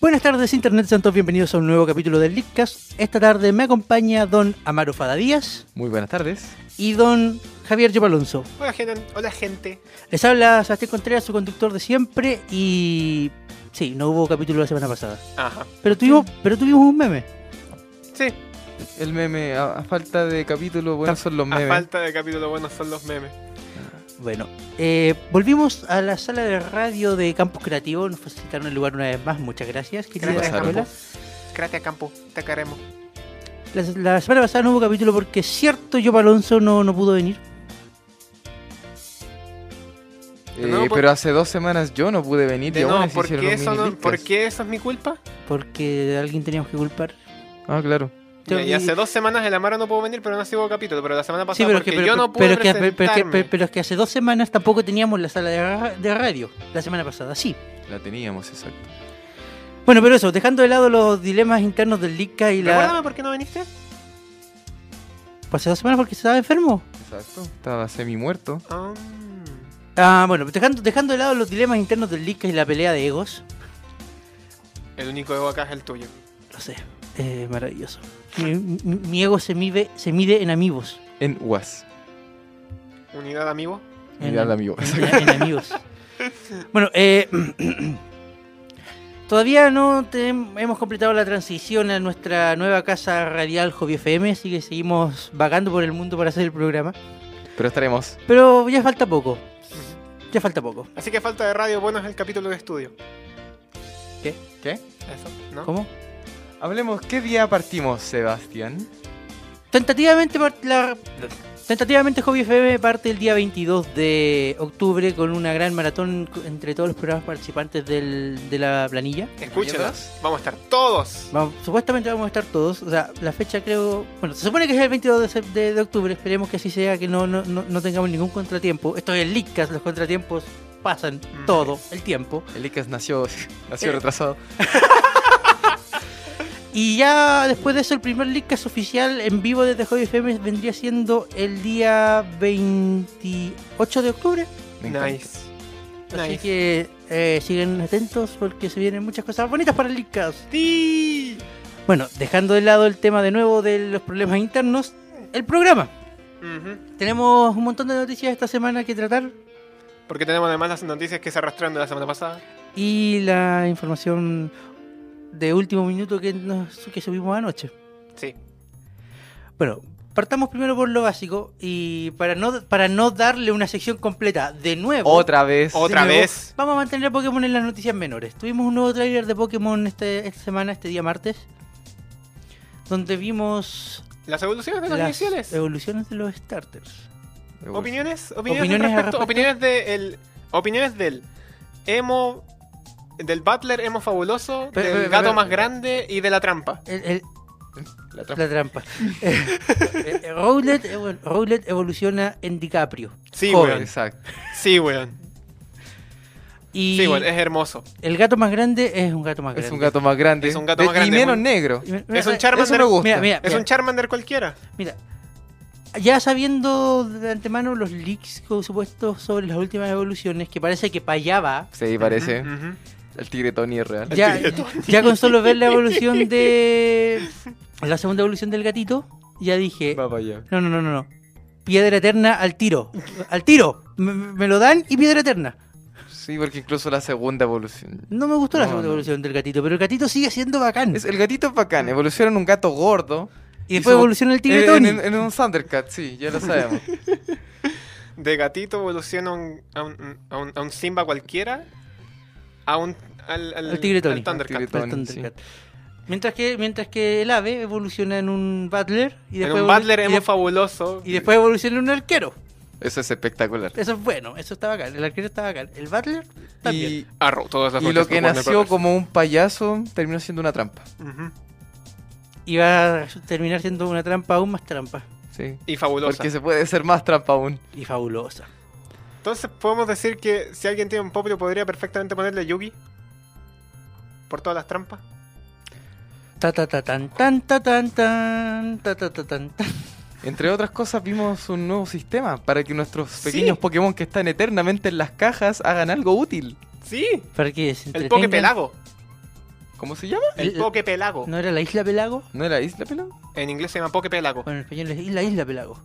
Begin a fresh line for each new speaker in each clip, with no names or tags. Buenas tardes Internet, sean todos bienvenidos a un nuevo capítulo del Leadcast. Esta tarde me acompaña don Amaro Fada Díaz
Muy buenas tardes.
y don Javier Yopalonso.
Hola, gente. Hola, gente.
Les habla Sebastián Contreras, su conductor de siempre, y. Sí, no hubo capítulo la semana pasada.
Ajá.
Pero tuvimos, pero tuvimos un meme.
Sí,
El meme, a, a falta de capítulo, bueno, son los
a
memes.
falta de capítulo bueno son los memes.
Bueno, eh, volvimos a la sala de radio de Campus Creativo. Nos facilitaron el lugar una vez más. Muchas gracias. querida
Gracias,
Gabriela.
Gracias, Campo. Te queremos.
La, la semana pasada no hubo capítulo porque cierto yo Alonso no, no pudo venir.
Eh,
No, por-
Pero hace dos semanas yo no pude venir y
De
aún
nuevo,
así
¿por
hicieron
qué,
los
eso no-
mini
¿por
listas.
qué eso es mi culpa?
Porque a alguien teníamos que culpar.
Ah, claro.
Ya, y hace dos semanas el Amaro no pudo venir, pero no se hubo capítulo. Pero la semana
Sí,
pasada,
pero, es
porque
que, pero-
yo no pude
pero es que- pero es que-
presentarme.
pero es que hace dos semanas tampoco teníamos la sala de ra- de radio. La semana pasada, sí.
La teníamos, exacto.
Bueno, pero eso, dejando de lado los dilemas internos del Lika y la.
Recuérdame por qué no viniste.
¿Pasé dos semanas porque estaba enfermo?
Exacto. Estaba semi muerto.
Ah,
Ah, bueno, dejando, dejando de lado los dilemas internos del Lika y la pelea de egos.
el único ego acá es el tuyo.
Lo sé, eh, maravilloso. Mi, mi- mi ego se mide, se mide en amigos.
En UAS.
Unidad amigo.
En,
Mirad, amigo.
en- en amigos. Bueno, eh, todavía no tenem- hemos completado la transición a nuestra nueva casa radial Hobby FM, así que seguimos vagando por el mundo para hacer el programa.
Pero estaremos.
Pero ya falta poco. Ya falta poco.
Así que falta de radio bueno es el capítulo de estudio.
¿Qué?
Eso, ¿no?
¿Cómo?
Hablemos, ¿qué día partimos, Sebastián?
Tentativamente, part- la- tentativamente Hobby FM parte el día 22 de octubre con una gran maratón co- entre todos los programas participantes del- de la planilla.
Escúchenos.
¿Mañana?
Vamos a estar todos.
Vamos- supuestamente vamos a estar todos, o sea, la fecha creo... Bueno, se supone que es el 22 de, sep- de- de octubre, esperemos que así sea, que no, no, no, no tengamos ningún contratiempo. Esto es el Leadcast, los contratiempos pasan
Mm.
todo el tiempo.
El ICAS nació, nació
Eh.
retrasado.
Y ya después de eso, el primer Leadcast oficial en vivo desde Hobby FM vendría siendo el día 28 de octubre.
Me encanta.
Nice.
Así
Nice.
que eh, siguen atentos porque se vienen muchas cosas bonitas para el Leadcast.
Sí.
Bueno, dejando de lado el tema de nuevo de los problemas internos, el programa.
Ujú.
Tenemos un montón de noticias esta semana que tratar
Porque tenemos además las noticias que se arrastraron de la semana pasada.
y la información de último minuto que, nos, que subimos anoche.
Sí.
Bueno, partamos primero por lo básico y para no, para no darle una sección completa de nuevo.
Otra vez.
de
Otra
nuevo,
vez.
Vamos a mantener a Pokémon en las noticias menores. Tuvimos un nuevo tráiler de Pokémon este, esta semana, este día martes, donde vimos
Las evoluciones de las,
las
misiones.
evoluciones de los starters.
Opiniones, opiniones,
Opiniones
al
al
respecto,
respecto.
opiniones de el, opiniones del emo, del butler emo fabuloso,
Pero-
del
pero-
gato
pero-
más grande y de la trampa.
El- el-
La trampa.
la trampa. Eh, eh, Rowlet, eh, bueno, Rowlet evoluciona en DiCaprio.
Sí,
Joven.
weón.
Exacto.
Sí, weón.
Y
Sí, weón. Es hermoso.
el gato más grande es un gato más grande.
Es un gato más grande.
Es un gato
De-
más grande,
Y menos
muy-
negro.
Y me-
Es un
me-
Charmander.
Eso me gusta.
Mira, mira,
Es
mira,
un Charmander cualquiera.
mira. Ya sabiendo de antemano los leaks con supuestos sobre las últimas evoluciones, que parece que para allá va,
Sí, parece.
Ujú, ujú.
El tigre Tony es real.
ya, ya con solo ver la evolución de. La segunda evolución del gatito, ya dije:
Va para allá.
No, no, no, no, no. Piedra eterna al tiro. Al tiro. Me, me- me lo dan y piedra eterna.
Sí, porque incluso la segunda evolución.
No me gustó la
No,
segunda
no.
evolución del gatito, pero el gatito sigue siendo bacán.
Es, el gatito es bacán, evoluciona en un gato gordo.
Mm. y después
hizo-
evoluciona el tigre
Eh,
Tony.
En, en- en un Thundercat, sí, ya lo sabemos.
De gatito evoluciona un- a, un, a un- a un Simba cualquiera a un al, al,
Al tigre Tony.
al Thundercat.
Al tigre
Al
Tony,
Thundercat. Mientras que, mientras que el ave evoluciona en un Butler y
En
después,
un
evolu-
Butler
y
emo
de-
fabuloso.
y después evoluciona en un arquero.
Eso es espectacular.
Eso es bueno, eso está bacán. El arquero está bacán. El Butler también.
Y,
Arrow, todas las
y lo
otras
que
Warner
nació
Brothers.
como un payaso terminó siendo una trampa.
Ujú.
Y va a terminar siendo una trampa aún más trampa.
Sí.
Y fabulosa.
Porque se puede ser más trampa aún.
Y fabulosa.
Entonces podemos decir que si alguien tiene un popio podría perfectamente ponerle Yugi. Por todas las trampas.
Ta ta ta tan tan ta tan tan ta ta ta tan tan.
Entre otras cosas vimos un nuevo sistema para que nuestros pequeños Pokémon que están eternamente en las cajas hagan algo útil.
Sí,
Para que se
el
entretengan.
Poke Pelago.
¿Cómo se llama?
El Poke Pelago.
¿No era la isla Pelago?
¿No era Isla Pelago?
En inglés se llama Poke Pelago.
Bueno, en español es isla isla Pelago.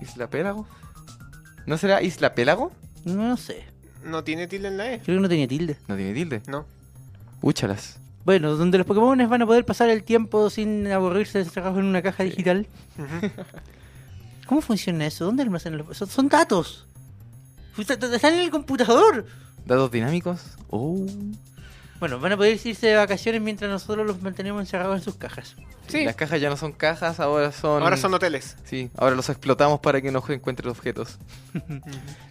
¿Isla Pelago? ¿No será Isla Pelago?
No, no sé.
No tiene tilde en la E.
Creo que no tenía tilde.
No tiene tilde.
No.
Úchalas.
Bueno, donde los Pokémon van a poder pasar el tiempo sin aburrirse encerrados en una caja digital.
Ujú.
¿Cómo funciona eso? ¿Dónde almacenan los Son, son datos. Está- está- Están en el computador.
¿Dados dinámicos? Oh.
Bueno, van a poder irse de vacaciones mientras nosotros los mantenemos encerrados en sus cajas.
Sí.
Las cajas ya no son cajas, ahora son...
Ahora son hoteles.
Sí, ahora los explotamos para que nos encuentren los objetos.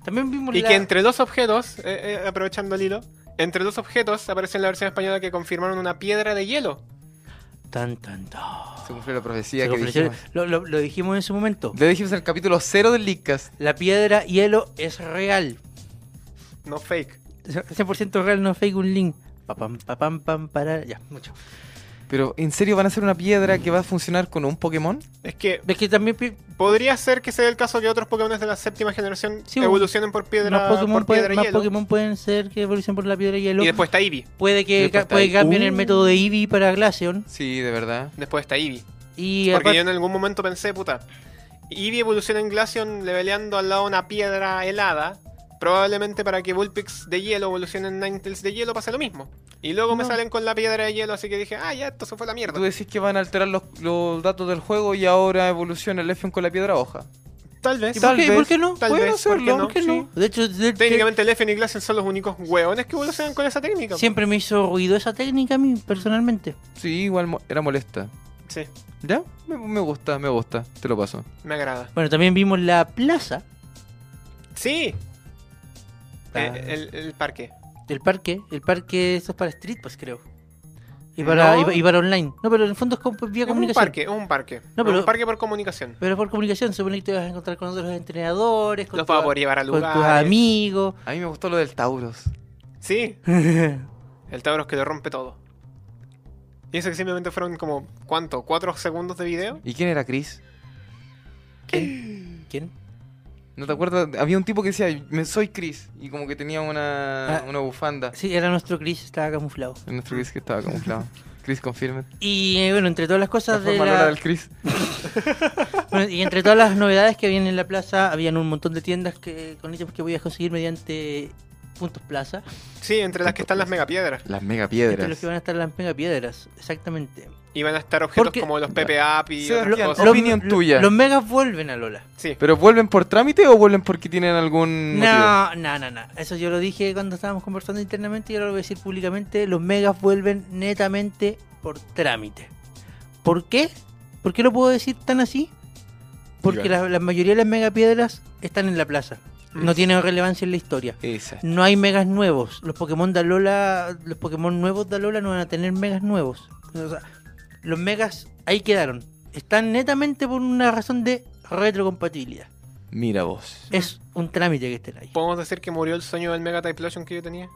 También vimos
Y
la-
que entre dos objetos, eh, eh, aprovechando el hilo, entre dos objetos aparece en la versión española que confirmaron una piedra de hielo.
Tan, tan, tan.
Se cumplió la profecía
Se
que
ofreció-
dijimos.
lo, lo- lo dijimos en su momento.
Le dijimos en el capítulo cero del Leakcast.
La piedra hielo es real.
No fake.
100% real, no fake, un link. Pa, pam, pa, pam, pam, para. Ya, mucho.
Pero, ¿en serio van a hacer una piedra que va a funcionar con un Pokémon?
Es que
Es que también pi-
podría ser que sea el caso que otros Pokémon de la séptima generación
Sí,
evolucionen por piedra,
más, Pokémon,
por
pueden-
piedra
más
hielo.
Pokémon pueden ser que evolucionen por la piedra hielo.
Y después está Eevee.
puede que,
Después
ca-
está
puede
ahí.
que cambien el
Uh.
método de Eevee para Glaceon.
Sí, de verdad.
Después está Eevee.
Y
Porque
aparte-
yo en algún momento pensé, puta, Eevee evoluciona en Glaceon leveleando al lado de una piedra helada. Probablemente para que Vulpix de hielo evolucione en Ninetales de hielo pase lo mismo. Y luego me
No.
salen con la piedra de hielo, así que dije, ah, ya, esto se fue la mierda.
Tú decís que van a alterar los, los datos del juego y ahora evoluciona el Lefion con la piedra hoja.
Tal vez.
¿Y por qué,
vez,
por qué no?
tal
Pueden
vez, ¿por
hacerlo,
qué no?
¿Por qué
Sí.
no? De hecho, de- de-
Técnicamente Leffen y Glaceon son los únicos hueones que evolucionan con esa técnica.
siempre me hizo ruido esa técnica a mí, personalmente.
Sí, igual mo- era molesta.
Sí,
¿Ya? Me, me gusta, me gusta. Te lo paso.
me agrada.
Bueno, también vimos la plaza
Sí.
Ah.
Eh, el, el parque.
del parque. El parque, eso es para Street Pass, creo. Y para,
No.
y, y para online. No, pero en el fondo es como vía
Es un
comunicación.
parque, es un parque.
No, pero-
Es un parque por comunicación.
Pero por comunicación, supone que te vas a encontrar con otros entrenadores, con,
Los
tu-
va a poder llevar a
con
lugares.
tus amigos.
A mí me gustó lo del Tauros.
Sí, el Tauros que lo rompe todo. Y eso que simplemente fueron como, ¿cuánto? ¿Cuatro segundos de video?
¿Y quién era Chris?
¿Quién? ¿Quién?
¿No te acuerdas? Había un tipo que decía, me soy Chris. Y como que tenía una,
Ah.
una bufanda.
Sí, era nuestro Chris, estaba camuflado.
En nuestro Chris que estaba camuflado. Chris confirme.
Y eh, bueno, entre todas las
La
cosas de
forma
la-
lola del Chris.
Bueno, y entre todas las novedades que habían en la plaza, habían un montón de tiendas que con ítems que podías conseguir mediante puntos plaza.
Sí, entre las que están las megapiedras.
Las mega
Entre los
piedras.
que van a estar las mega piedras, exactamente.
Y van a estar objetos
Porque-
como los PPA y
Sebastián,
otras cosas.
lo- Opinión tuya.
Los megas vuelven a Lola.
Sí.
¿Pero vuelven por trámite o vuelven porque tienen algún motivo?
No, no, no, no. Eso yo lo dije cuando estábamos conversando internamente y ahora lo voy a decir públicamente. Los megas vuelven netamente por trámite. ¿Por qué? ¿Por qué lo puedo decir tan así? Porque
Diga.
la, la mayoría de las megapiedras están en la plaza. No
Mm.
tienen relevancia en la historia.
Esa.
No hay megas nuevos. Los Pokémon de Alola, los Pokémon nuevos de Alola no van a tener megas nuevos. O sea, los megas ahí quedaron. Están netamente por una razón de retrocompatibilidad.
Mira vos.
Es un trámite que estén ahí.
¿Podemos decir que murió el sueño del Mega Typlosion que yo tenía?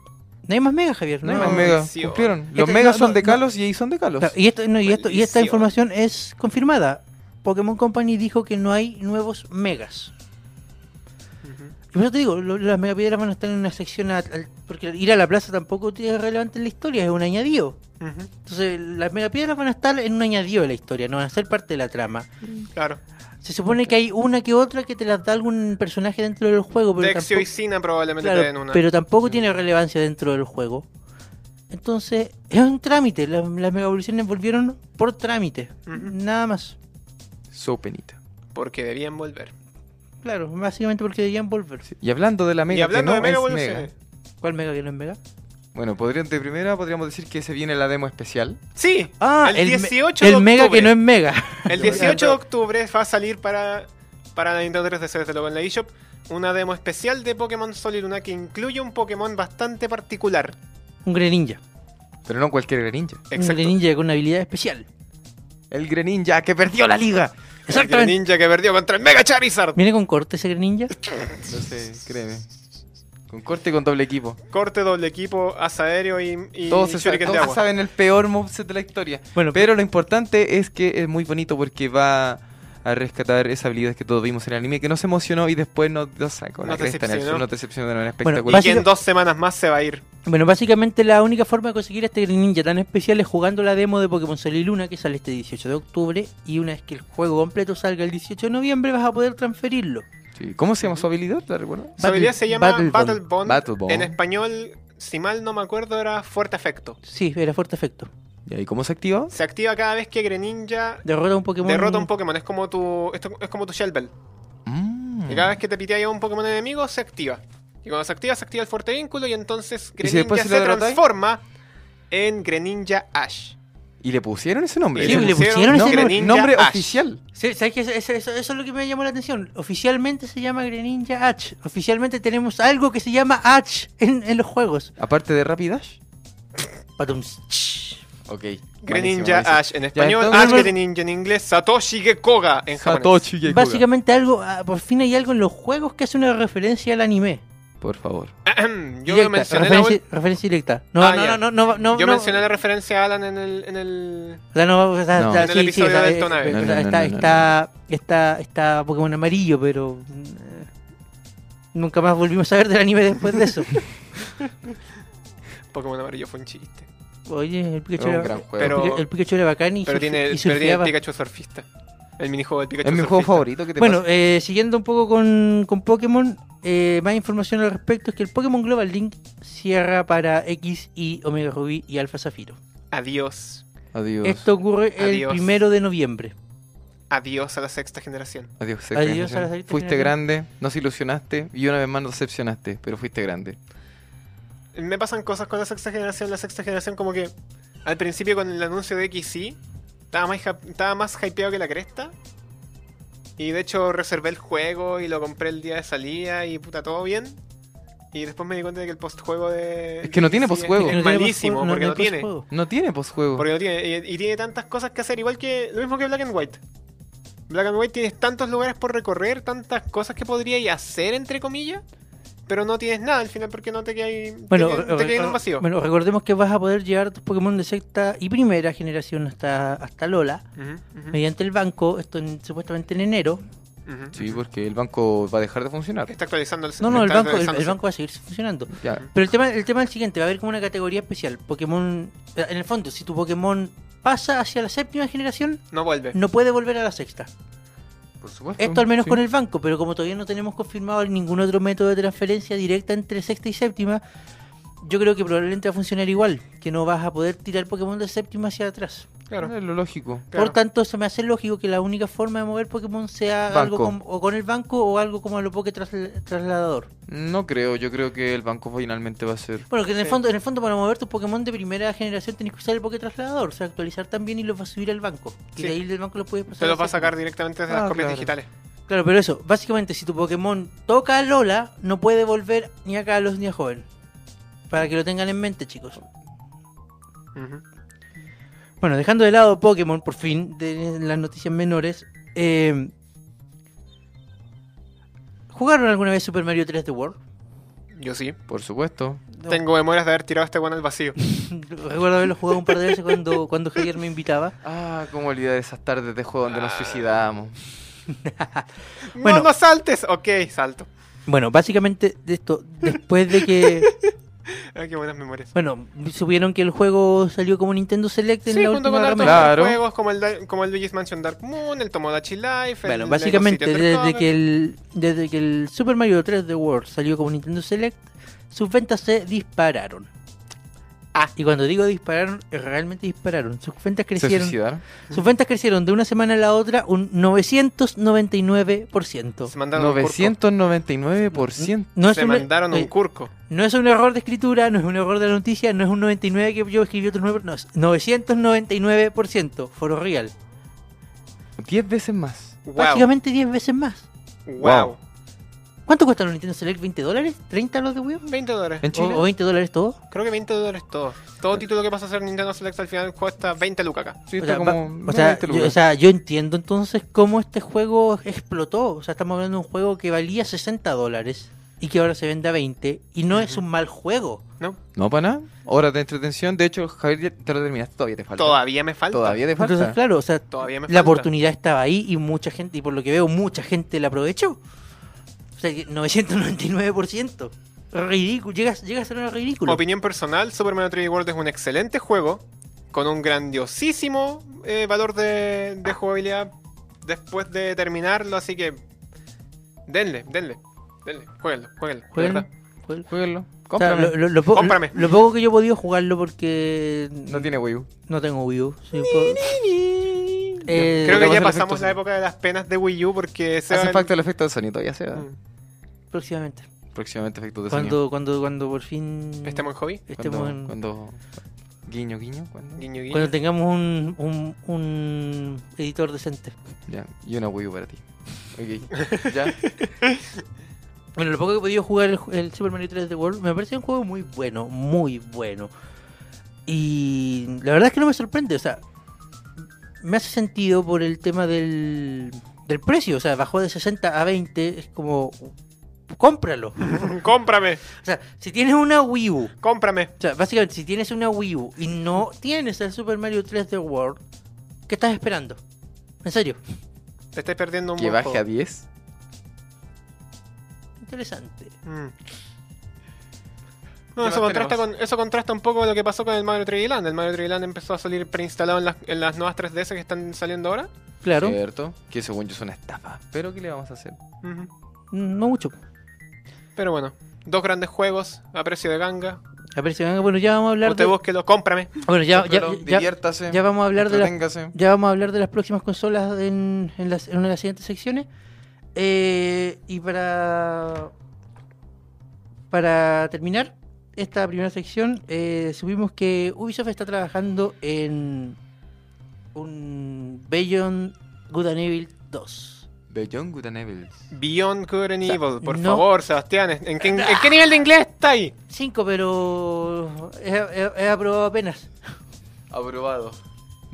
No hay más megas, Javier.
No,
no.
los mega
maldición.
cumplieron. Los
Este-
megas
no,
son
no,
de
no.
Kalos y ahí son de Kalos.
Claro, y, esto, no, y, esto- y esta
Maldición.
información es confirmada. Pokémon Company dijo que no hay nuevos megas.
Ujú.
Y por eso te digo, lo- las megapiedras van a estar en una sección. a- al- porque ir a la plaza tampoco es relevante en la historia, es un añadido.
Ujú.
Entonces, las megapiedras van a estar en un añadido de la historia, no van a ser parte de la trama.
Claro.
Se supone que hay una que otra que te las da algún personaje dentro del juego, pero,
Dexio y
tampoco,
Sina probablemente
claro,
te den una.
pero tampoco tiene relevancia dentro del juego. Entonces, es un trámite. La- las mega evoluciones volvieron por trámite.
Ujú.
Nada más.
So penita.
Porque debían volver.
Claro, básicamente porque debían volver.
Sí. Y hablando de la mega,
y hablando
que
de
no
mega
es
evoluciones.
mega.
¿Cuál mega que no es mega?
Bueno, podrían, de primera podríamos decir que se viene la demo especial.
Sí,
Ah,
el
el, me-
18 de
el mega
octubre.
que no es mega.
El 18 de octubre va a salir para, para la Nintendo 3DS, desde luego en la eShop, una demo especial de Pokémon Sol y Luna que incluye un Pokémon bastante particular.
Un Greninja.
Pero no cualquier Greninja.
Un
Exacto.
Greninja con una habilidad especial.
El Greninja que perdió la liga.
El
Exactamente.
ninja que perdió contra el Mega Charizard.
¿Viene con corte ese Greninja?
No sé, créeme. Con corte y con doble equipo.
Corte, doble equipo, asa aéreo y, y
Todos, se saben,
shuriken de
todos
agua.
saben el peor moveset de la historia.
Bueno,
Pero lo importante es que es muy bonito porque va a rescatar esa habilidad que todos vimos en el anime que nos emocionó y después nos, nos sacó la
Nos
cresta en el
decepcionó.
sur, nos decepcionó de manera
Bueno,
espectacular.
Y que
Básica-
en dos semanas más se va a ir.
Bueno, básicamente la única forma de conseguir este Greninja tan especial es jugando la demo de Pokémon Sol y Luna que sale este 18 de octubre y una vez que el juego completo salga el 18 de noviembre vas a poder transferirlo.
Sí, ¿Cómo se llama su habilidad? ¿La recuerdan?
Su habilidad se llama
Battle
Battle,
Bond.
Bond.
Battle Bond.
En español, si mal no me acuerdo, era Fuerte Afecto.
Sí, era fuerte efecto.
¿Y ahí cómo se activa?
Se activa cada vez que Greninja
Derrota a un Pokémon.
derrota un Pokémon. Es como tu, esto es como tu Shell Bell.
Mm.
Y cada vez que te piteáis a un Pokémon enemigo, se activa. Y cuando se activa, se activa el fuerte vínculo y entonces
¿Y si
Greninja
después
se
se lo derrotáis?
transforma en Greninja Ash.
¿Y le pusieron ese nombre?
Sí, le pusieron ese
nombre,
Greninja
nombre
Ash.
oficial.
Sí, ¿Sabes qué? Eso, eso- eso es lo que me llamó la atención. Oficialmente se llama Greninja H. Oficialmente tenemos algo que se llama H en, en los juegos.
Aparte de Rapidash.
Patums. Ch.
Ok.
Greninja Ash en
Ya,
español,
entonces-
Ash Greninja en inglés, Satoshi Gekoga en japonés.
Satoshi Gekuga.
Básicamente algo, ah, por fin hay algo en los juegos que hace una referencia al anime.
Por favor.
Yo
Directa,
mencioné, la,
referencia,
ul-
referencia directa. No,
Ah,
no,
ya.
no, no, no, no,
yo
no.
mencioné la referencia a Alan en el, en el...
O sea, no, o sea,
No.
está-
En el
sí, sí,
episodio
o sea,
del
eh,
Tonave.
o
No,
sea,
no, no,
está,
no, no.
está, está, está Pokémon amarillo, pero eh, nunca más volvimos a ver del anime después de eso.
Pokémon amarillo fue un chiste.
Oye, el Pikachu,
Era un
era,
gran juego.
Pero-
el Pikachu era bacán y,
Pero
surf-
tiene,
y
pero tiene el
surfeaba.
Pikachu surfista. El minijuego del Pikachu
es mi
surfista.
juego favorito. ¿Qué te
Bueno,
pasa?
eh, siguiendo un poco con, con Pokémon, eh, más información al respecto es que el Pokémon Global Link cierra para X, Y, Omega Ruby y Alfa Zafiro.
Adiós.
Adiós.
Esto ocurre el
Adiós.
primero de noviembre.
Adiós a la sexta generación.
Adiós, sexta
Adiós
generación.
a la sexta
Fuiste
generación.
grande, nos ilusionaste y una vez más nos decepcionaste, pero fuiste grande.
Me pasan cosas con la sexta generación. La sexta generación como que al principio con el anuncio de XY estaba más, hype- estaba más hypeado que la cresta. Y de hecho reservé el juego y lo compré el día de salida y puta, todo bien. Y después me di cuenta de que el postjuego de...
Es que no tiene
XY
postjuego.
Es,
No tiene
malísimo
postjuego,
porque no tiene.
postjuego.
No tiene postjuego.
Pues.
Porque no tiene. Y, y tiene tantas cosas que hacer, igual que lo mismo que Black and White. Black and White tienes tantos lugares por recorrer, tantas cosas que podrías hacer, entre comillas, pero no tienes nada al final porque no te quedas
Bueno,
te, quedas- te
re-
quedas en un
re-
vacío.
bueno, recordemos que vas a poder llevar tus Pokémon de sexta y primera generación hasta, hasta Lola
Ujú, ujú,
mediante el banco, esto en- supuestamente en enero.
ujú.
Sí, pues. porque el banco va a dejar de funcionar.
Está actualizando el
No, no, el
está
banco, el- el,
actualizándose.
banco va a seguir funcionando.
Ya.
Pero el tema, el tema es el siguiente, va a haber como una categoría especial. Pokémon, eh, en el fondo, si tu Pokémon pasa hacia la séptima generación,
No vuelve.
no puede volver a la sexta.
Por supuesto.
Esto al menos
sí.
con el banco, pero como todavía no tenemos confirmado ningún otro método de transferencia directa entre sexta y séptima, yo creo que probablemente va a funcionar igual, que no vas a poder tirar Pokémon de séptima hacia atrás.
Claro,
Es lo lógico.
claro.
Por tanto, se me hace lógico que la única forma de mover Pokémon sea
Banco.
algo con, o con el banco o algo como lo Poké trasla- trasladador.
No creo, yo creo que el banco finalmente va a ser.
Bueno, que en el
Sí.
fondo, en el fondo para mover tus Pokémon de primera generación tenés que usar el Poké trasladador, o sea, actualizar también y los vas a subir al banco. Y
Sí.
de ahí del banco los puedes pasar.
Se los va a
hacia-
sacar directamente desde
Ah,
las copias
claro.
digitales.
Claro, pero eso, básicamente si tu Pokémon toca a Lola, no puede volver ni a Kalos ni a Joven. Para que lo tengan en mente, chicos.
Ujú.
Bueno, dejando de lado Pokémon, por fin, de las noticias menores. eh, ¿Jugaron alguna vez Super Mario 3 The World?
Yo sí.
Por supuesto.
No.
Tengo memorias de haber tirado a este bueno al vacío.
Recuerdo haberlo jugado un par de veces cuando, cuando Javier me invitaba.
Ah, cómo olvidar esas tardes de juego donde nos
Ah.
suicidábamos.
Bueno.
¡No, no saltes! Ok, salto.
Bueno, básicamente de esto, después de que
Ah, qué buenas memorias.
Bueno, supieron que el juego salió como Nintendo Select en
Sí,
la
junto con
última
hartos
remake.
Claro.
otros juegos como el, Dar- como el Luigi's Mansion Dark Moon, el Tomodachi Life,
Bueno,
el
básicamente
Lego City
desde
Undercover.
que, el, desde que el Super Mario 3 The World salió como Nintendo Select, sus ventas se dispararon.
Ah.
Y cuando digo dispararon, es realmente dispararon. Sus ventas
¿Se
crecieron.
suicidaron?
Sus ventas crecieron de una semana a la otra un 999%.
se mandaron un
999%.
No
curco.
es,
Se
un,
mandaron
eh,
un curco.
no es un error de escritura, no es un error de la noticia, no es un 99 que yo escribí otro número, no, es 999%, foro real.
10 veces más.
Wow.
Prácticamente 10 veces más.
wow.
¿Cuánto cuestan los Nintendo Select? ¿20 dólares? ¿30 los de Wii U?
20 dólares.
¿En Chile?
¿O, o 20 dólares todo?
Creo que 20 dólares todo. Todo título que pasa a ser Nintendo Select al final cuesta 20 lucas acá.
Sí,
O
está
sea,
como-
va-
no,
o sea,
este
yo,
lugar.
o sea, yo entiendo entonces cómo este juego explotó. O sea, estamos hablando de un juego que valía 60 dólares y que ahora se vende a 20 y no es un mal juego.
¿No?
No, para nada. Horas de entretención. De hecho, Javier, ya te lo terminaste. Todavía te falta.
Todavía me falta.
Todavía te falta.
Entonces, claro, o sea,
Todavía me
la
falta.
oportunidad estaba ahí y mucha gente, y por lo que veo, mucha gente la aprovechó. O sea, que 999%. Ridículo, llegas, llega a ser un ridículo.
Opinión personal, Super Mario 3D World es un excelente juego con un grandiosísimo eh, valor de, de jugabilidad después de terminarlo, así que denle, denle, denle, jueguenlo, jueguenlo, de
Jueguenlo,
verdad.
jueguenlo.
Jueguenlo.
O sea,
Cómprame.
lo, lo- lo po-
Cómprame.
lo- lo poco que yo he podido jugarlo porque
No tiene Wii U.
no tengo Wii U. sí, puedo- Eh,
Pero
Creo que ya
va a ser
pasamos
efecto
la época de las penas de Wii U porque se
Hace
van-
falta el efecto de sonido. Ya se va.
Mm.
próximamente.
Próximamente efecto de sonido.
Cuando, este cuando, cuando por fin
estamos en este hobby,
estemos en-
cuando- Guiño, guiño. cuando-
guiño guiño.
cuando tengamos un, un, un editor decente.
Ya. Y una Wii U para ti. Ok. ya.
Bueno, lo poco que he podido jugar el, ju- el Super Mario 3 d World me parece un juego muy bueno, muy bueno. Y la verdad es que no me sorprende, o sea, me hace sentido por el tema del, del precio, o sea, bajó de 60 a 20, es como, cómpralo. O
cómprame,
sea, si tienes una Wii U,
cómprame.
O sea, básicamente, si tienes una Wii U y no tienes el Super Mario 3D World, ¿qué estás esperando? En serio,
Te estás perdiendo un
Que
buen
baje a
juego.
10.
interesante.
Mm.
¿Qué
No,
más
eso contrasta,
tenemos?
con, eso contrasta un poco con lo que pasó con el Mario 3D Land. El Mario 3D Land empezó a salir preinstalado en las, en las nuevas 3DS que están saliendo ahora.
Claro,
Cierto. Que según yo es una estafa. Pero ¿qué le vamos a hacer?
Ujú.
no mucho.
Pero bueno, dos grandes juegos a precio de ganga.
A ver si van- bueno, ya vamos a hablar
Usted
de...
búsquelo, cómprame.
Bueno, ya, ya,
Cómpralo,
ya-
diviértase.
Este,
ya vamos a hablar de las,
entreténgase.
ya vamos a hablar de las próximas consolas en, en las- en una de las siguientes secciones. Eh, y para... Para terminar esta primera sección, eh, supimos que Ubisoft está trabajando en un Beyond Good and Evil 2.
Beyond Good and Evils.
Beyond Good and
O sea,
Evil, por
no. Ah.
favor, Sebastián. ¿En qué, en qué nivel de inglés está ahí?
5, pero he, he- he aprobado apenas.
Aprobado.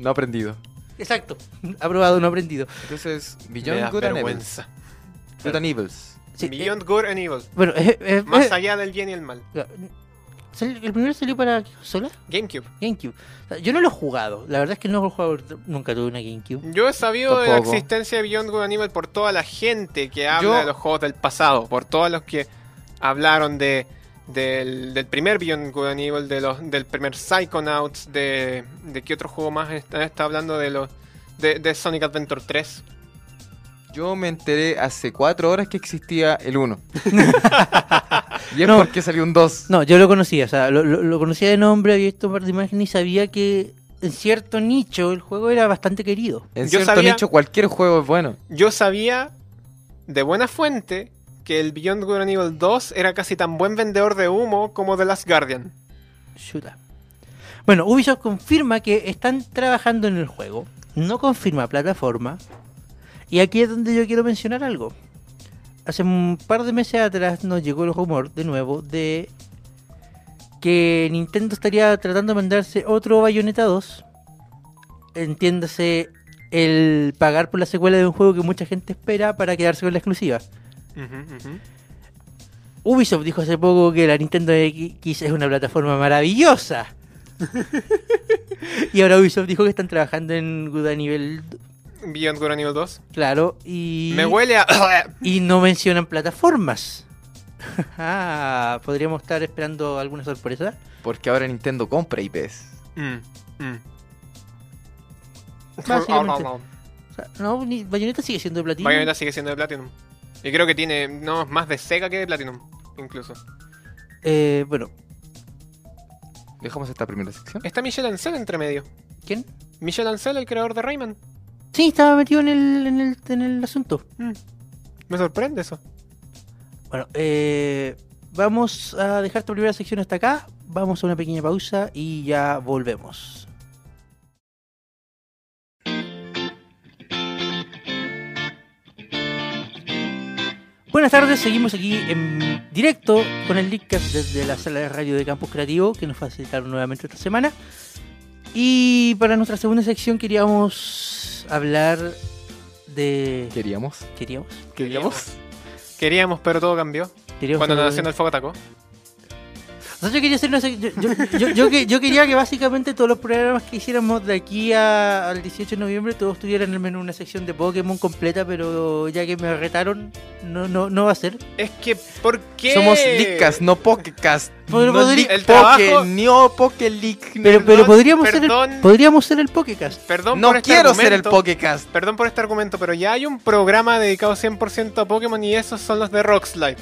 No aprendido.
Exacto, aprobado, no aprendido.
Entonces,
Me
Beyond
da
Good and Evils.
vergüenza.
Good and Evils.
Sí, eh,
Beyond Good and Evil.
bueno, eh, eh,
Más
eh,
allá del bien y el mal.
salió- el primero salió para qué consola?
GameCube.
GameCube. O sea, yo no lo he jugado, la verdad es que no lo he jugado, nunca tuve una GameCube.
Yo he sabido de la
Tampoco.
existencia de Beyond Good and Evil por toda la gente que habla
Yo-
de los juegos del pasado, por todos los que hablaron de del, del primer Beyond Good and Evil, de los, del primer Psychonauts, de, de qué otro juego más está, está hablando de los de, de Sonic Adventure 3.
Yo me enteré hace cuatro horas que existía el 1. y es
No.
porque salió un 2.
No, yo lo conocía, o sea, lo, lo- lo conocía de nombre, había visto un par de imágenes y sabía que en cierto nicho el juego era bastante querido.
En
Yo
cierto
sabía-
nicho, cualquier juego es bueno.
Yo sabía de buena fuente que el Beyond Good and Evil 2 era casi tan buen vendedor de humo como The Last Guardian.
Chuta. Bueno, Ubisoft confirma que están trabajando en el juego. No confirma plataforma. Y aquí es donde yo quiero mencionar algo. Hace un par de meses atrás nos llegó el rumor de nuevo de que Nintendo estaría tratando de mandarse otro Bayonetta 2. Entiéndase el pagar por la secuela de un juego que mucha gente espera para quedarse con la exclusiva. Ubisoft dijo hace poco que la Nintendo X es una plataforma maravillosa. y ahora Ubisoft dijo que están trabajando en Good a nivel
Beyond Good and Evil 2.
claro y
Me huele a...
y no mencionan plataformas. Ah, podríamos estar esperando alguna sorpresa.
Porque ahora Nintendo compra IPs.
Mm, Ah, mm.
Básicamente. O sea, no, ni, Bayonetta sigue siendo de platino.
Bayonetta sigue siendo de Platinum. Y creo que tiene no más de Sega que de Platinum, incluso.
Eh, bueno,
Dejamos esta primera sección.
Está Michel Ancel entre medio.
¿quién?
Michel Ancel, el creador de Rayman.
Sí, estaba metido en el, en el, en el asunto.
Mm. Me sorprende eso.
Bueno, eh, vamos a dejar tu primera sección hasta acá. Vamos a una pequeña pausa y ya volvemos. Buenas tardes, seguimos aquí en directo con el Leadcast desde la sala de radio de Campus Creativo que nos facilitaron nuevamente esta semana. Y para nuestra segunda sección queríamos hablar de...
Queríamos.
¿Queríamos?
Queríamos. Queríamos, pero todo cambió.
Queríamos
Cuando
hablar de-
nació el fuego atacó.
O sea, yo quería hacer una sec- yo, yo- yo- yo que- yo quería que básicamente todos los programas que hiciéramos de aquí a- al 18 de noviembre todos tuvieran al menos una sección de Pokémon completa, pero ya que me retaron, no, no, no va a ser.
Es que, ¿por qué?
Somos Lickas, no Pokecast.
Podr-
no
podría-
Lick
El trabajo-
Poke, no Poke Lick.
Pero, pero
Perdón,
podríamos, ser el,
perdón.
podríamos ser el Pokécast.
Perdón
No
por este
quiero ser el
argumento.
Pokecast.
Perdón por este argumento, pero ya hay un programa dedicado 100% a Pokémon y esos son los de Rockslide.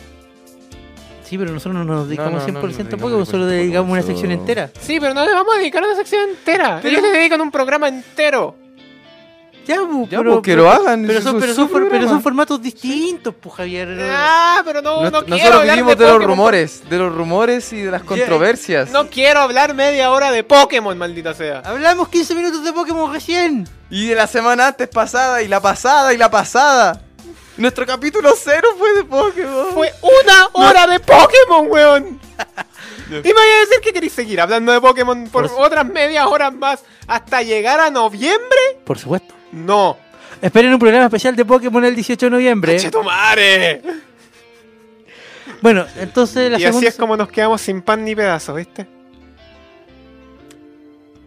Sí, pero nosotros no nos dedicamos
No, no, no,
100% a
no, no,
Pokémon,
no,
solo
no, no,
dedicamos una
no,
sección
no.
entera.
Sí, pero no le vamos a dedicar una sección entera.
Pero-
Ellos le dedican un programa entero.
Ya, bu,
Ya,
pero,
pues, que lo hagan.
pero
ese es
son,
su-
pero
su
son for- pero
programa.
son formatos distintos, pues Javier.
Ah, pero no,
Nos-
no quiero
nosotros
hablar
vivimos de,
de
los
Pokémon.
rumores, de los rumores y de las controversias.
No quiero hablar media hora de Pokémon, maldita sea.
Ah.
Hablamos 15 minutos de Pokémon recién.
Y de la semana antes pasada, y la pasada, y la pasada. Nuestro capítulo cero fue de Pokémon.
Fue una hora de Pokémon, weón. Y me voy a decir que queréis seguir hablando de Pokémon por
Por su-
otras medias horas más hasta llegar a noviembre.
Por supuesto.
No.
Esperen un programa especial de Pokémon el 18 de noviembre.
¡Chetumare!
Bueno, entonces la
Y así
segunda.
es como nos quedamos sin pan ni pedazos, ¿viste?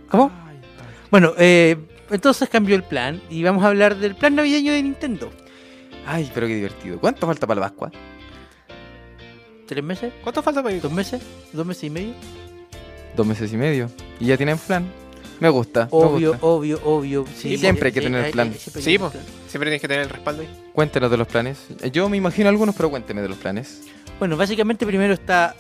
¿Cómo? Bueno, eh, entonces cambió el plan y vamos a hablar del plan navideño de Nintendo.
Ay, pero qué divertido. ¿Cuánto falta para la Pascua?
¿Tres meses?
¿Cuánto falta para mí?
¿Dos meses? ¿Dos meses y medio?
Dos meses y medio. Y ya tienen plan. Me gusta. me
Obvio,
gusta.
obvio, obvio.
Sí, siempre hay que tener
el
plan.
Sí, po. Siempre tienes que tener el respaldo ahí.
Cuéntenos de los planes. Yo me imagino algunos, pero cuénteme de los planes.
Bueno, básicamente primero está.